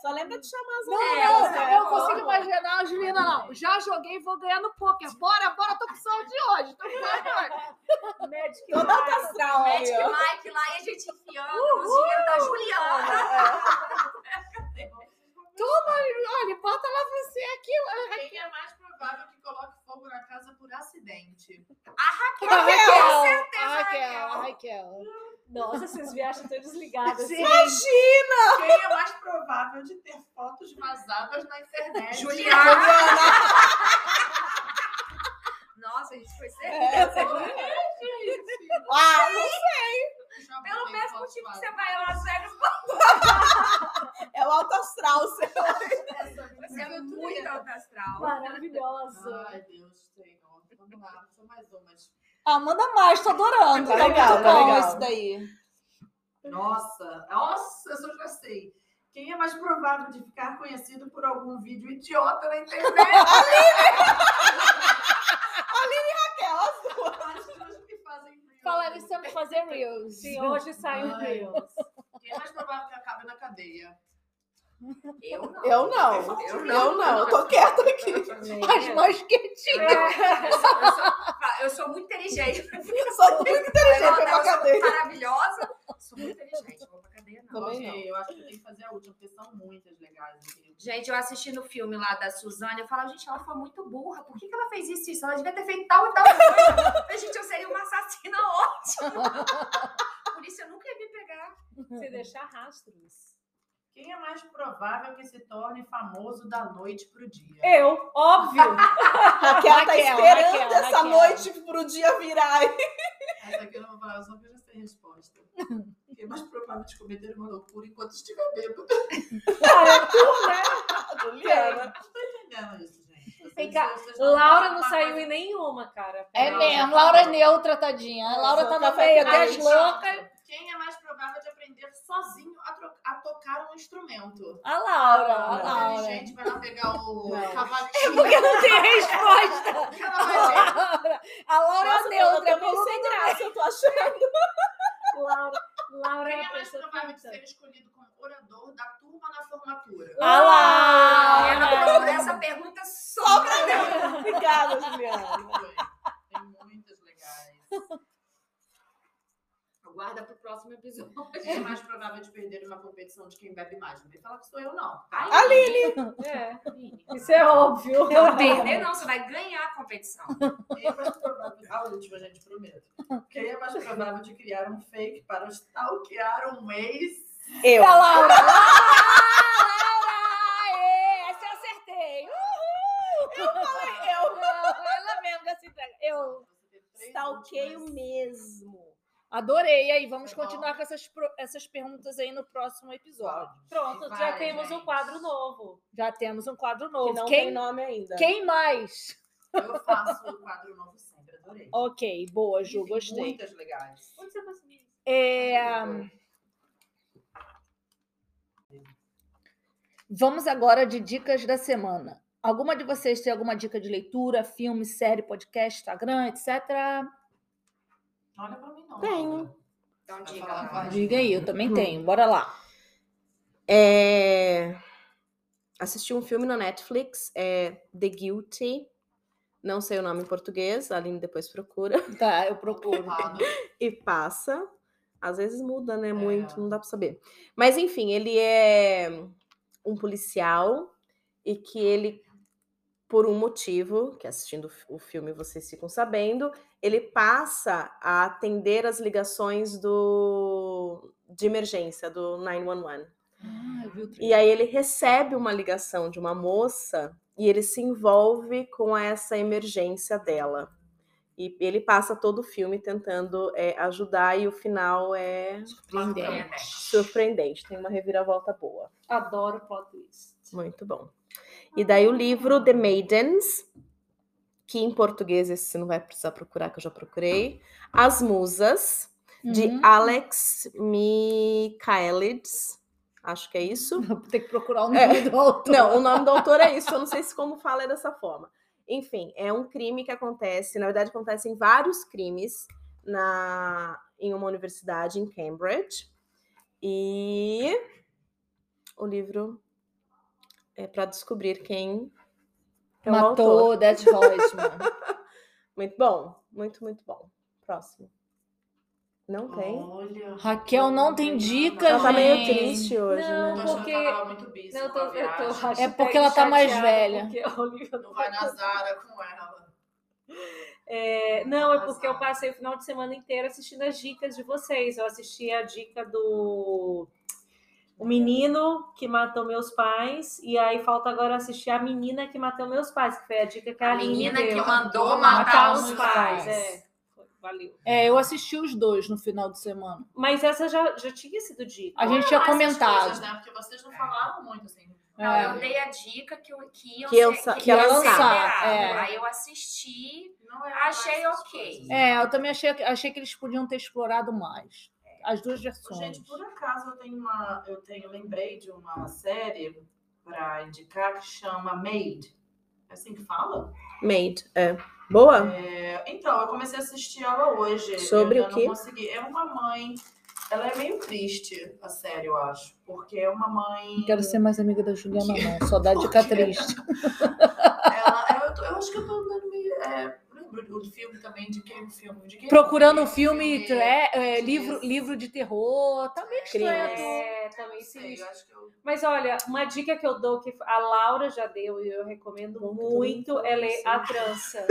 Só lembra de chamar as Não, amigas, não, né? eu consigo imaginar a Juliana, não. Já joguei, vou ganhar no poker. Bora, bora, tô com saúde hoje. Tô com saúde hoje. Médico. Toda alta É astral, Magic ó. Mike lá e a gente enfiando os dinheiro da Juliana. Olha, bota lá você aqui. Quem é mais provável que coloque fogo na casa por acidente? A Raquel. A Raquel. Raquel, a Raquel. Nossa, vocês me acham tão desligadas. assim. Quem é mais provável de ter fotos vazadas na internet? Juliana. Nossa, a É. gente foi certeza. Ah, Já botei Pelo mesmo fotos motivo que você vazadas. vai lá, Zé, é o alto astral, você você é muito alto astral. Maravilhosa. Ai, Deus, Senhor. Vamos lá, só mais umas. Ah, manda mais, tô adorando. Tá legal, tá legal. daí. Nossa, nossa, eu só já sei. Quem é mais provável de ficar conhecido por algum vídeo idiota na internet? As pessoas que fazem reels. Falaram isso, temos que fazer reels. Sim, hoje saiu o Ai. Reels. Quem é mais provável que acabe na cadeia? Eu não. Eu não. Eu não, eu tô quieta aqui. As mãos quietinhas. Eu sou, eu sou- eu sou muito inteligente. Eu sou muito Eu inteligente sou pra cadeia. maravilhosa. Sou muito inteligente, não vou pra cadeia, não. Também é. Ok, não. Eu acho que tem que fazer a última, porque são muitas legais. Aqui. Gente, eu assisti no filme lá da Suzane, eu falava, gente, ela foi muito burra. Por que, que ela fez isso e isso? Ela devia ter feito tal e tal coisa. Eu falei, gente, eu seria uma assassina ótima. Por isso eu nunca ia me pegar. Se deixar rastros. Quem é mais provável que se torne famoso da noite pro dia? Eu, óbvio. Raquel, tá Raquel, esperando Raquel, essa Raquel. noite pro dia virar. Essa aqui eu não vou falar, eu só porque eu já sei a resposta. Quem é mais provável de cometer uma loucura enquanto estiver bêbado? é né? Juliana. Não tô entendendo isso, gente. Vocês- Vem cá, vocês não Laura fazem não uma saiu coisa- em nenhuma, cara. É Não. mesmo, Laura é neutra, tadinha. A Laura só tá tá no meio, pra até as frente. loucas. Quem é mais provável de aprender sozinho a, tro- a tocar um instrumento? A Laura, a Não, Aquela Laura. É gente vai lá pegar o Não. cavaquinho. Porque não tem resposta. Ela vai ver. A Laura Nossa, é a eu neutra, é tô meio sem graça, eu tô achando. Laura, Laura Quem é é a mais pessoa provável de que ser escolhido como orador da turma na formatura? Ah lá! Ela procurou essa pergunta Ah, é. só pra Obrigada, Juliana. Tem muitas legais. Aguarda pro próximo episódio. Quem é mais provável de perder uma competição de quem bebe mais? Não vem falar que sou eu, não. tá? Ai, É, isso é óbvio. não perder, não. Você vai ganhar a competição. Quem é mais provável? A última, gente, prometo. Quem é mais provável de criar um fake para stalkear um ex? Eu. A Laura. Laura, Laura! Aê, essa eu acertei. Eu é Ela mesmo já se entrega. Eu stalkeio mesmo. adorei. Aí, vamos Tá Foi bom. continuar com essas, pro- essas perguntas aí no próximo episódio. Pronto, Vai, já temos um gente. quadro novo. Já temos um quadro Que novo. não tem quem, nome ainda. quem mais? Eu faço o quadro novo sempre, adorei. Ok, boa, Ju, Enfim, gostei. Muitas legais. Onde você conseguiu isso? É, Ah, hum. vamos agora de dicas da semana. Alguma de vocês tem alguma dica de leitura, filme, série, podcast, Instagram, etc? Não olha pra mim, não. Tenho. Então, Vai diga. falar, Laura. vai. Diga aí, eu também tenho. Bora lá. É... Assisti um filme na Netflix, é The Guilty. Não sei o nome em português, a Aline depois procura. Tá, eu procuro. Errado. E passa. Às vezes muda, É. né? Muito, não dá pra saber. Mas enfim, ele é um policial e que ele, por um motivo, que assistindo o fi- o filme vocês ficam sabendo, ele passa a atender as ligações do de emergência do 911. Ah, eu vi o E aí ele recebe uma ligação de uma moça e ele se envolve com essa emergência dela. E ele passa todo o filme tentando é, ajudar e o final é né, surpreendente. surpreendente. Tem uma reviravolta boa. Adoro plot twist. Muito bom. E daí o livro The Maidens, que em português esse você não vai precisar procurar, que eu já procurei. As Musas, de Uhum. Alex Michaelides. Acho que é isso. Vou ter que procurar o nome É. do autor. Não, o nome do autor é isso, eu não sei se como fala é dessa forma. Enfim, é um crime que acontece, na verdade acontecem vários crimes na em uma universidade em Cambridge. E o livro é para descobrir quem é o autor. Matou Dead Voice, Muito bom, muito muito bom. Próximo. Não Oh. tem. Olha. Raquel não tem dica, Ela tá meio gente. triste hoje, Não, né? Tô achando Porque- que ela tava muito busy Não, eu com tô, a eu tô viagem. hashtag porque ela tá mais chateada velha. porque é a Olivia não Não vai vai na Zara com ela. É, não, é porque eu passei o final de semana inteiro assistindo as dicas de vocês. Eu assisti a dica do o menino que matou meus pais, e aí falta agora assistir a menina que matou meus pais, que foi a dica que a, A Aline menina que deu. mandou matar matar os os pais. pais. É. Valeu. É, eu assisti os dois no final de semana. Mas essa já, já tinha sido dica. A gente tinha Essas coisas, comentado. né? Porque vocês não falaram muito, assim. Não, É. eu dei a dica que, o- que iam Que eu ser- sa- que iam ia ser lançar, liberados. é. Aí eu assisti. Não é Achei essas ok. coisas. É, eu também achei, achei que eles podiam ter explorado mais. As duas versões. Tipo, Gente, por acaso eu tenho uma. Eu tenho, lembrei de uma série pra indicar que chama Made. É assim que fala? Maid, é. Boa? É, então, eu comecei a assistir ela hoje. Sobre eu o já quê? Não consegui. É uma mãe. Ela é meio triste, a série, eu acho. Porque é uma mãe. Não quero ser mais amiga da Juliana, não. Só dá dica Por quê? triste. Ela, eu, tô- eu acho que eu tô andando meio. É, lembro do filme também, de quem o filme. De quem Procurando um o filme, filme, tre- é, livro, Isso. livro de terror. Tá meio Crime. estranho. É, também Não sei, sim. eu acho que eu. Mas olha, uma dica que eu dou, que a Laura já deu e eu recomendo muito, é ler A Trança.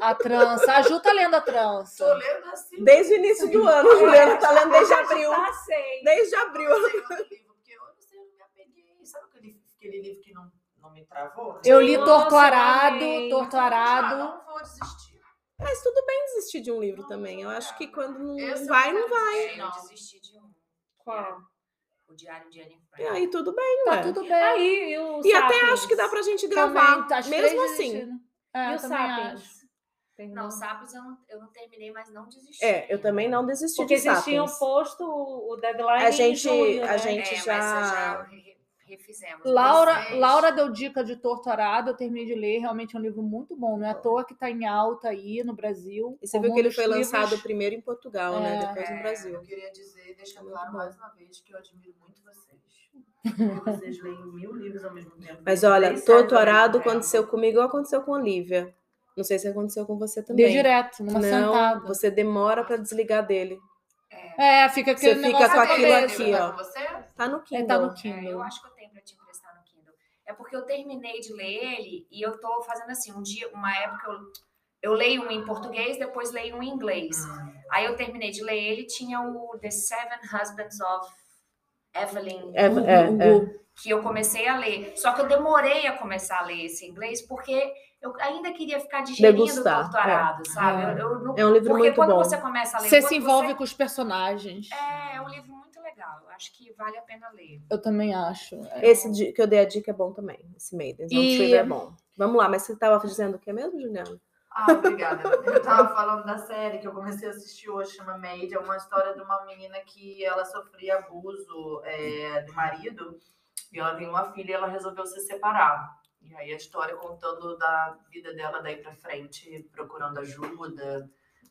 A trança. A Ju tá lendo a trança. Tô lendo assim. Desde o início do ano, Juliana tá lendo desde A gente abril. Passei. Desde abril. Eu não sei outro livro, porque eu não sei, eu não me apeguei. Sabe aquele, aquele livro que não, não me travou? Eu li Nossa, Torto eu Arado, amei. Torto Ah, Arado. não vou desistir. Mas tudo bem desistir de um livro também. Eu acho que quando não é Esse eu vai, não não vai. Ai, eu não. desisti de um. Qual? O Diário de Anne Frank. E aí tudo bem, Tá ué. tudo bem. Aí, e o E até Sapiens? acho que dá pra gente Também, gravar. tá, as mesmo três assim. desistiram. E É, o eu também acho. Sapiens? Não, Terminou. o Sapos eu não, eu não terminei, mas não desisti. É, eu ainda. também não desisti Porque de eles um tinham Sapiens. posto o o deadline A em gente- julho, a né? gente- É, mas já- já re- refizemos. é Laura, Vocês- Laura deu dica de Torturado, eu terminei de ler, realmente é um livro muito bom, não é à toa que está em alta aí no Brasil. E você como viu um que ele dos foi livros- lançado primeiro em Portugal, né? É. Depois no Brasil. Eu queria dizer, deixar claro mais uma vez que eu admiro muito vocês. Porque vocês leem mil livros ao mesmo tempo. Mas leem olha, três é séries ao Torturado mesmo tempo. aconteceu comigo ou aconteceu com a Olivia. Não sei se aconteceu com você também. Deu direto, numa não, sentada. você demora pra desligar dele. É, fica aquele Você fica negócio com na aquilo cabeça. aqui, ó. Com você? Tá no É, Kindle. tá no É, eu Kindle. acho que eu tenho pra te emprestar no Kindle. É porque eu terminei de ler ele e eu tô fazendo assim, um dia, uma época eu, eu leio um em português, depois leio um em inglês. Ah. Aí eu terminei de ler ele, tinha o The Seven Husbands of Evelyn, É, é, é. que eu comecei a ler. Só que eu demorei a começar a ler esse inglês porque eu ainda queria ficar digerindo o Degustar, Torto Arado, sabe? É. Eu- eu não- É um livro porque muito quando bom. você começa a ler, Você outro, se envolve com os personagens. É, é um livro muito legal. Eu acho que vale a pena ler. Eu também acho. é. Esse di- que eu dei a dica é bom também. Esse Maidens. E- E... Trigger é bom. Vamos lá, mas você tava dizendo o que mesmo, Juliana? Ah, obrigada. Eu tava falando da série que eu comecei a assistir hoje, chama Made. É uma história de uma menina que ela sofria abuso é, do marido e ela tem uma filha e ela resolveu se separar. E aí a história contando da vida dela daí pra frente, procurando ajuda,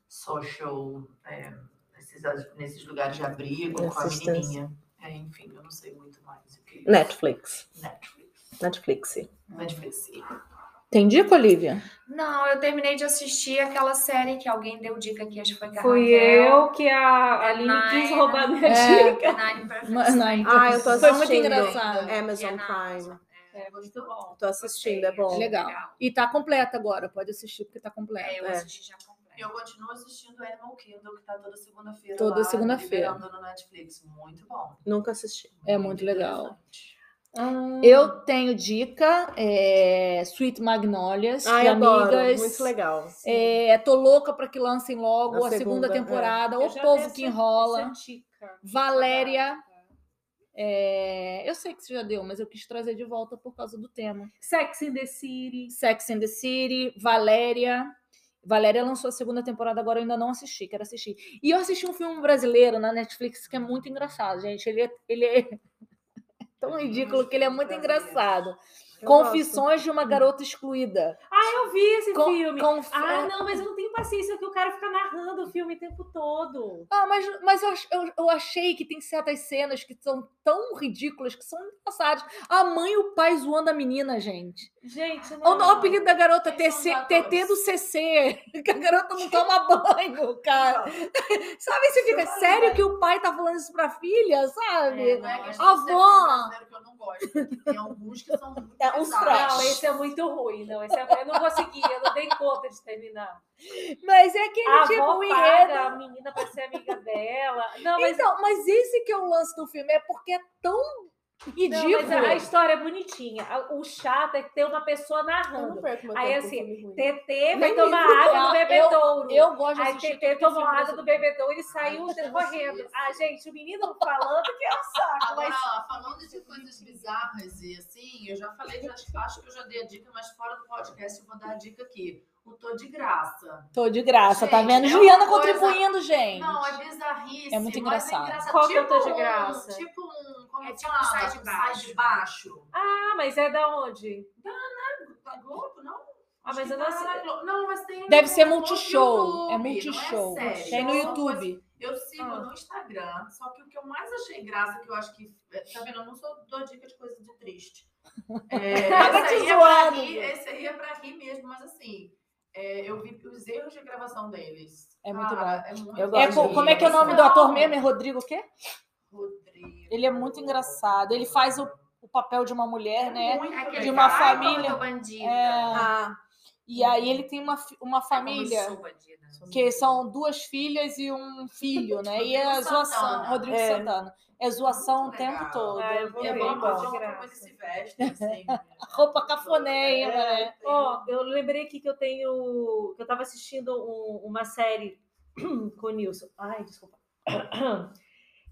social, é, nesses, nesses lugares de abrigo, com a Assistência. menininha. É, enfim, eu não sei muito mais. o que- Netflix. Netflix. Netflix. Netflix. Entendi, Olivia? Não, eu terminei de assistir aquela série que alguém deu dica aqui, acho que foi que a Fui Raquel. eu que a Aline quis Nine. roubar minha É. dica. Nine Perfect Não, não, Strangers. Ah, eu tô assistindo. Foi muito engraçado. Amazon É na Prime. É, muito bom. Tô assistindo, é bom. Legal. E tá completa agora, pode assistir porque tá completa. É, eu É. assisti já E completo. eu continuo assistindo Animal Kingdom, que tá toda segunda-feira. Toda lá, segunda-feira. liberando no Netflix. Muito bom. Nunca assisti. É muito legal. interessante. Eu tenho dica, é, Sweet Magnolias, Ai, de adoro. amigas. Muito legal. É, tô louca pra que lancem logo Na a segunda, segunda, é. temporada. Eu O já povo dei que essa- enrola. essa dica. Valéria. É, eu sei que você já deu, mas eu quis trazer de volta por causa do tema. Sex in the City. Sex and the City, Valéria. Valéria lançou a segunda temporada, agora eu ainda não assisti, quero assistir. E eu assisti um filme brasileiro na Netflix que é muito engraçado, gente. Ele é, ele é tão ridículo que ele é muito engraçado. Eu Confissões de uma Garota Excluída. Ah, eu vi esse Con- filme. conf- Ah, não, mas eu não tenho paciência que o cara fica narrando o filme o tempo todo. Ah, mas, mas eu, ach- eu, eu achei que tem certas cenas que são tão ridículas que são engraçadas. A mãe e o pai zoando a menina, gente. Gente, O, não. o apelido da garota Eles são TC, atores. TT do CC. Que a garota não toma banho, cara. Sabe, você fica sério que o pai tá falando isso pra filha, sabe? Não é questão de ser Avó! brasileiro que eu não gosto. é que Tem alguns que são muito um É, uns pesados. Não, esse é muito ruim. Não, esse é... eu não consegui, eu não dei conta de terminar. Mas é aquele A tipo avó o paga a enredo. menina pra ser amiga dela. Não, mas, Então, mas esse que é o lance do filme, é porque é tão não, ridículo. mas a a história é bonitinha. A- O chato é que tem uma pessoa Eu não narrando. perco meu Aí, tempo com assim, filme ruim. TT vai Nem tomar isso. água Ah, do bebedouro. Eu gosto de Aí assistir. TT tudo tomou que é filme água do bebedouro e saiu correndo. Ah, gente, o menino falando que é um saco. Agora, Mas ó, falando de coisas bizarras e assim, eu já falei, já acho que eu já dei a dica, mas fora do podcast eu vou dar a dica aqui. O Tô de Graça. Tô de graça, tá Gente, vendo? é Juliana uma coisa- contribuindo, gente. Não, é bizarrice. É muito mas engraçado. Qual que tipo é o Tô de um- Graça? tipo um. Como É tipo fala? Sai de Um Baixo. de baixo. Ah, mas é da onde? Da Globo, não? Ah, Acho mas que eu não tá sei. na Glo- Não, mas tem. Deve ser no multishow. YouTube, É não multishow. série. Tem no São coisas- YouTube. Eu sigo Ah. no Instagram, só que o que eu mais achei graça, que eu acho que. é, Tá vendo? Eu não sou dou dica de coisa de triste. É, Tava esse, te aí é pra zoando, rir, gente. esse aí é pra rir mesmo, mas assim, é, eu vi os erros de gravação deles. É muito Cara, É muito Eu É, gosto co- de- como é que é o nome do Não. ator mesmo? É Rodrigo o quê? Rodrigo. Ele é muito engraçado. Ele faz o, o papel de uma mulher, né? Muito É Aquele De uma cara, legal. "Ai, família. como eu tô bandida". É, Ah, E aí ele tem uma, fi- uma Tá Ai, como eu família. sou bandida. que são duas filhas e um filho, né? E é Rodrigo zoação, Santana. Rodrigo É. Santana. É zoação o Muito tempo legal. todo. Ah, eu vou é ver, bem bom. bom. como eles se vestem, assim. Roupa cafonérrima, É, né? Ó, eu lembrei aqui que eu tenho. que eu tava assistindo um- uma série com o Nilson. Ai, desculpa.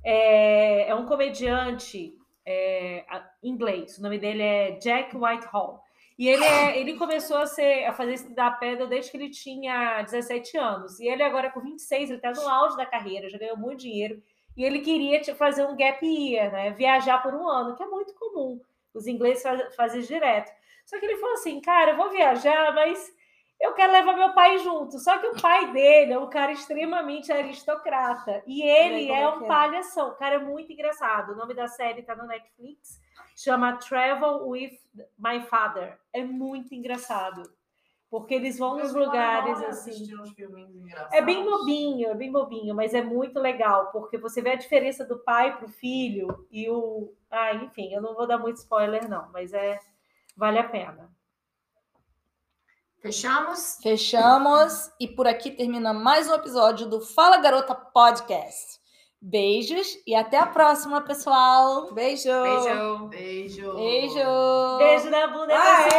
É, é um comediante é, a- inglês. O nome dele é Jack Whitehall. E ele, é- ele começou a, ser, a fazer stand-up pedal desde que ele tinha 17 anos. E ele agora, com 26, ele tá no auge da carreira, já ganhou muito dinheiro. E ele queria tipo, fazer um gap year, né? Viajar por um ano, que é muito comum. Os ingleses faz- fazem direto. Só que ele falou assim, cara, eu vou viajar, mas eu quero levar meu pai junto. Só que o pai dele é um cara extremamente aristocrata. E ele E aí, como é é um que é? palhação. O cara é muito engraçado. O nome da série tá no Netflix. Chama Travel with My Father. É muito engraçado. Porque eles vão nos Eu lugares adoro assim. assistir uns filminhos engraçados. É bem bobinho, é bem bobinho, mas é muito legal, porque você vê a diferença do pai pro filho e o. Ah, enfim, eu não vou dar muito spoiler, não, mas é. Vale a pena. Fechamos? Fechamos e por aqui termina mais um episódio do Fala Garota Podcast. Beijos e até a próxima, pessoal. beijo. Beijo. Beijo. Beijo. Beijo na bunda. Ah, é?